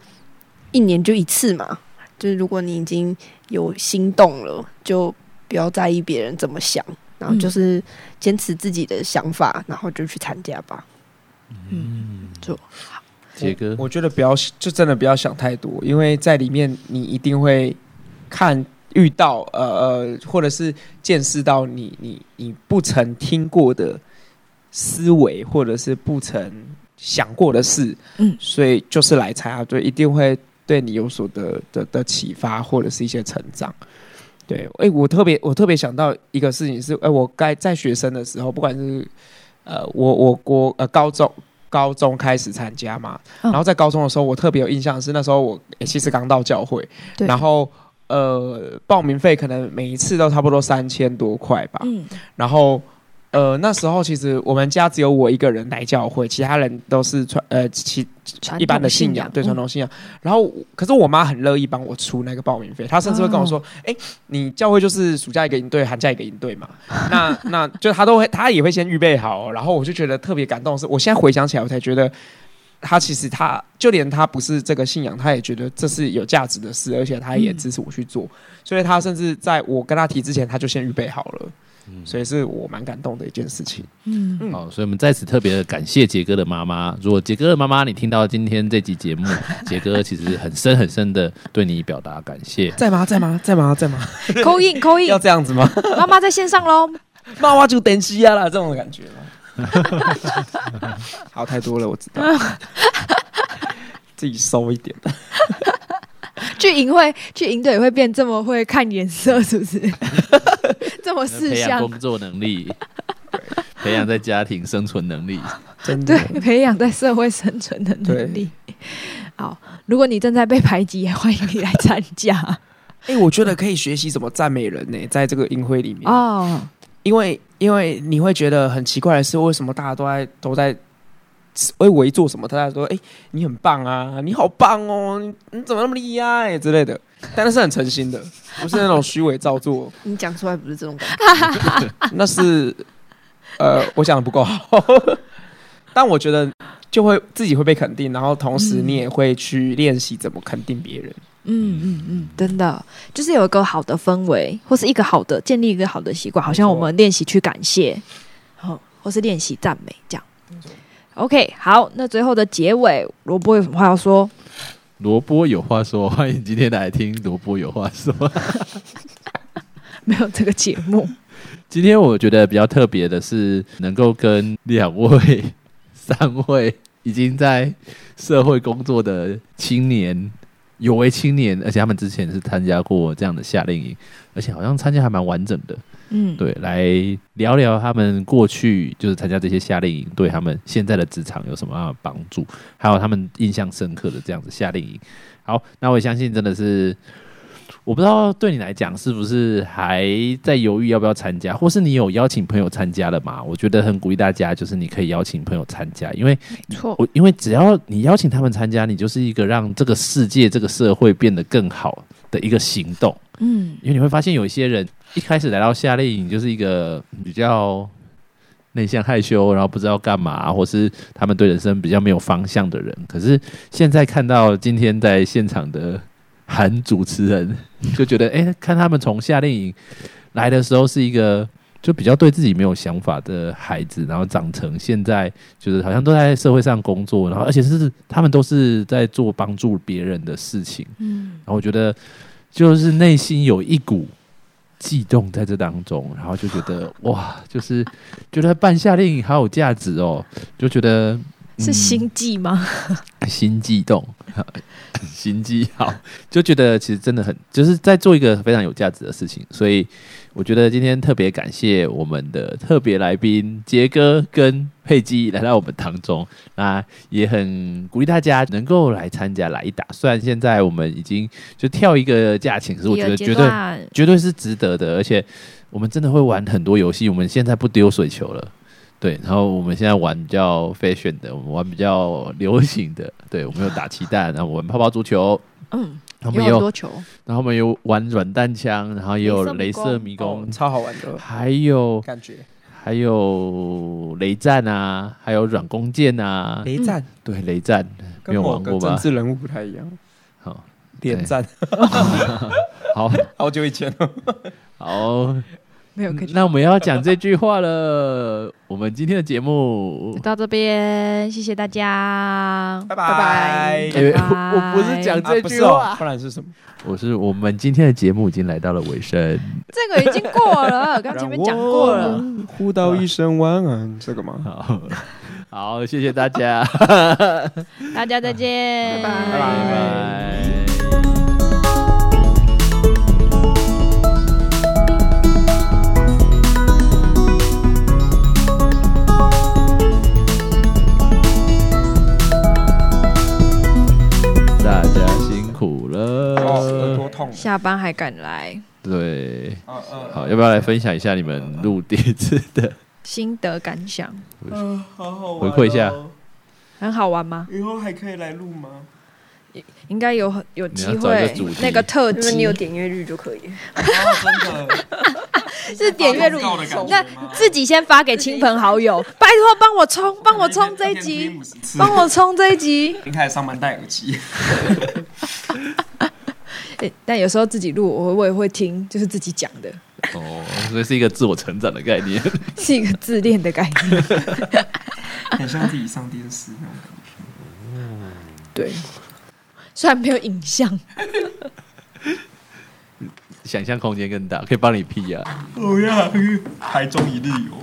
Speaker 4: 一年就一次嘛，就是如果你已经有心动了，就不要在意别人怎么想，然后就是坚持自己的想法，然后就去参加吧。
Speaker 1: 嗯，
Speaker 2: 就
Speaker 1: 杰哥，
Speaker 3: 我觉得不要，就真的不要想太多，因为在里面你一定会看遇到呃呃，或者是见识到你你你不曾听过的思维，或者是不曾想过的事，
Speaker 2: 嗯
Speaker 3: 所以就是来参加队，一定会对你有所的的的启发，或者是一些成长。对，哎、我特别我特别想到一个事情是，哎、我该在学生的时候，不管是呃，我我国呃高中高中开始参加嘛，
Speaker 2: 嗯
Speaker 3: 然后在高中的时候，我特别有印象的是那时候我、诶其实刚到教会，
Speaker 2: 对
Speaker 3: 然后呃报名费可能每一次都差不多三千多块吧，
Speaker 2: 嗯
Speaker 3: 然后呃那时候其实我们家只有我一个人来教会，其他人都是传呃其
Speaker 2: 传
Speaker 3: 一般的
Speaker 2: 统信
Speaker 3: 信
Speaker 2: 啊仰嗯
Speaker 3: 仰，对传统信仰。然后我可是我妈很乐意帮我出那个报名费，她甚至会跟我说：“哎、你教会就是暑假一个营队，寒假一个营 队嘛，那那就她都会，她也会先预备好哦、然后我就觉得特别感动的是，我现在回想起来，我才觉得。她其实她就连她不是这个信仰，她也觉得这是有价值的事，而且她也
Speaker 2: 嗯
Speaker 3: 支持我去做。所以她甚至在我跟她提之前，她就先预备好了。
Speaker 1: 嗯
Speaker 3: 所以是我蛮感动的一件事情。
Speaker 2: 嗯，
Speaker 3: 嗯
Speaker 1: 好，所以我们在此特别的感谢杰哥的妈妈。如果杰哥的妈妈你听到今天这集节 目，杰哥其实很深很深的对你表达感谢。
Speaker 3: 在吗？在吗？在吗？在吗？
Speaker 2: 嗯 扣印扣印
Speaker 3: 要，这样子吗？
Speaker 2: 妈妈在线上喽。
Speaker 3: 妈妈就等西亚啦，这种感 觉吗？好太多了，我知道，自己收一点。
Speaker 2: 去营会去营队会变这么会看颜
Speaker 3: 嗯
Speaker 2: 色，是不 是？这么四
Speaker 1: 培养
Speaker 2: 项，
Speaker 1: 工作能力，培养在家庭生存能力。
Speaker 3: 真的
Speaker 2: 对，培养在社会生存的能力。好，如果你正在被排挤，也欢迎你来参 加
Speaker 3: 哎、我觉得可以学习怎么赞美人呢、在这个音会里面，
Speaker 2: 哦。
Speaker 3: 因为因为你会觉得很奇怪的是，为什么大家都在都在为围做什么？大家说，哎、你很棒啊，你好棒哦，你你怎么那么厉害之类的，但那是很诚心的，不是那种虚伪造作。
Speaker 4: 你讲出来不是这种 感觉，
Speaker 3: 那是呃，我讲的不够好，但我觉得就会自己会被肯定，然后同时
Speaker 1: 嗯
Speaker 3: 你也会去练习怎么肯定别人。
Speaker 2: 嗯嗯嗯，真的就是有一个好的氛围，或是一个好的建立一个好的习惯，好像我们练习去感谢，好，或是练习赞美这样。 OK，好，那最后的结尾，萝卜有什么话要说？
Speaker 1: 萝卜有话说，欢迎今天来听萝卜有话说。
Speaker 2: 没有这个节目，
Speaker 1: 今天我觉得比较特别的是，能够跟两位、三位已经在社会工作的青年、有为青年，而且他们之前是参加过这样的夏令营，而且好像参加还蛮完整的。
Speaker 2: 嗯，
Speaker 1: 对，来聊聊他们过去就是参加这些夏令营，对他们现在的职场有什么样的帮助，还有他们印象深刻的这样子夏令营。好，那我相信真的是，我不知道对你来讲是不是还在犹豫要不要参加，或是你有邀请朋友参加了嘛？我觉得很鼓励大家，就是你可以邀请朋友参加，因为
Speaker 2: 没错，
Speaker 1: 我因为只要你邀请他们参加，你就是一个让这个世界、这个社会变得更好的一个行动。
Speaker 2: 嗯，
Speaker 1: 因为你会发现有一些人一开始来到夏令营就是一个比较内向害羞，然后不知道干嘛，或是他们对人生比较没有方向的人。可是现在看到今天在现场的韩主持人，就觉得哎、诶看他们从夏令营来的时候是一个。就比较对自己没有想法的孩子，然后长成现在就是好像都在社会上工作，然后而且是他们都是在做帮助别人的事情，
Speaker 2: 嗯，
Speaker 1: 然后我觉得就是内心有一股悸动在这当中，然后就觉得哇，就是觉得办夏令营好有价值哦，就觉得、
Speaker 2: 是
Speaker 1: 嗯
Speaker 2: 心计吗？
Speaker 1: 心悸动，心悸好，就觉得其实真的很就是在做一个非常有价值的事情，所以我觉得今天特别感谢我们的特别来宾杰哥跟佩姬来到我们当中，那也很鼓励大家能够来参加来一打，虽然现在我们已经就跳一个价钱，可嗯是我觉得
Speaker 2: 第二阶
Speaker 1: 绝对
Speaker 2: 段，
Speaker 1: 绝对是值得的，而且我们真的会玩很多游戏。我们现在不丢水球了，对，然后我们现在玩比较 fashion 的，我们玩比较流行的，对，我们有打气弹，然后我们泡泡足球，
Speaker 2: 嗯，
Speaker 1: 然后我
Speaker 4: 有
Speaker 1: 们
Speaker 4: 很
Speaker 1: 有，
Speaker 4: 多球，
Speaker 1: 然后我们有玩软弹枪，然后也有
Speaker 2: 镭
Speaker 1: 镭
Speaker 2: 射
Speaker 1: 射迷
Speaker 3: 哦
Speaker 1: 宫，
Speaker 3: 超好玩的
Speaker 1: 还有
Speaker 3: 感觉。
Speaker 1: 还有雷战啊，还有软弓箭啊，
Speaker 3: 雷战
Speaker 1: 对，雷战没
Speaker 3: 跟
Speaker 1: 有
Speaker 3: 某
Speaker 1: 玩
Speaker 3: 个
Speaker 1: 过
Speaker 3: 政
Speaker 1: 吧？
Speaker 3: 治人物不太一样，
Speaker 1: 好，
Speaker 3: 连战
Speaker 1: 好，
Speaker 3: 好久以前了。
Speaker 1: 好，
Speaker 2: 没有跟你
Speaker 1: 那我们要讲这句话了。我们今天的节目
Speaker 2: 就到这边，谢谢大家，
Speaker 3: 拜
Speaker 2: 拜
Speaker 3: 拜
Speaker 1: 哎
Speaker 2: 拜
Speaker 1: 我我不是讲
Speaker 3: 啊
Speaker 1: 这
Speaker 3: 不
Speaker 1: 句
Speaker 3: 是哦
Speaker 1: 话
Speaker 3: 不然是什么？
Speaker 1: 我是我们今天的节目已经来到了尾声，
Speaker 2: 这个已经过了，刚前面讲过了，。
Speaker 3: 呼到一声晚安，这个吗？
Speaker 1: 好，好，谢谢大 家，
Speaker 2: 大家再见，
Speaker 4: 拜
Speaker 1: 拜
Speaker 4: 拜
Speaker 1: 拜。大家辛苦
Speaker 3: 哦，耳
Speaker 1: 了
Speaker 3: 朵，痛。
Speaker 2: 下班还敢来，
Speaker 1: 对，
Speaker 3: 嗯嗯，
Speaker 1: 好，要不要来分享一下你们录第一次的？
Speaker 2: 心得感想，
Speaker 3: 嗯，好好
Speaker 1: 回馈一下
Speaker 3: 哦
Speaker 2: 很好玩吗？
Speaker 3: 以后还可以来录 吗？
Speaker 2: 应该有很有机
Speaker 1: 你要找一
Speaker 2: 会
Speaker 1: 个主题
Speaker 2: 那个特
Speaker 4: 因为你
Speaker 2: 辑
Speaker 4: 有，点阅率就可以。
Speaker 3: 啊，真的。
Speaker 2: 是点阅率
Speaker 3: 发广告的感觉，
Speaker 2: 那
Speaker 3: 吗
Speaker 2: 自己先发给亲朋好友，拜托帮我冲，帮我冲这一集，帮我冲这一集。
Speaker 3: 一开始上班戴耳机，
Speaker 2: 欸但有时候自己录，我我也会听，就是自己讲的，
Speaker 1: 哦，所以是一个自我成长的概念。
Speaker 2: 是一个自恋的概念。
Speaker 3: 很像自己上电视那种感觉。
Speaker 2: 对，虽然没有影像，
Speaker 1: 想象空间更大，可以帮你 P 啊。
Speaker 3: 哦呀，台中一日游。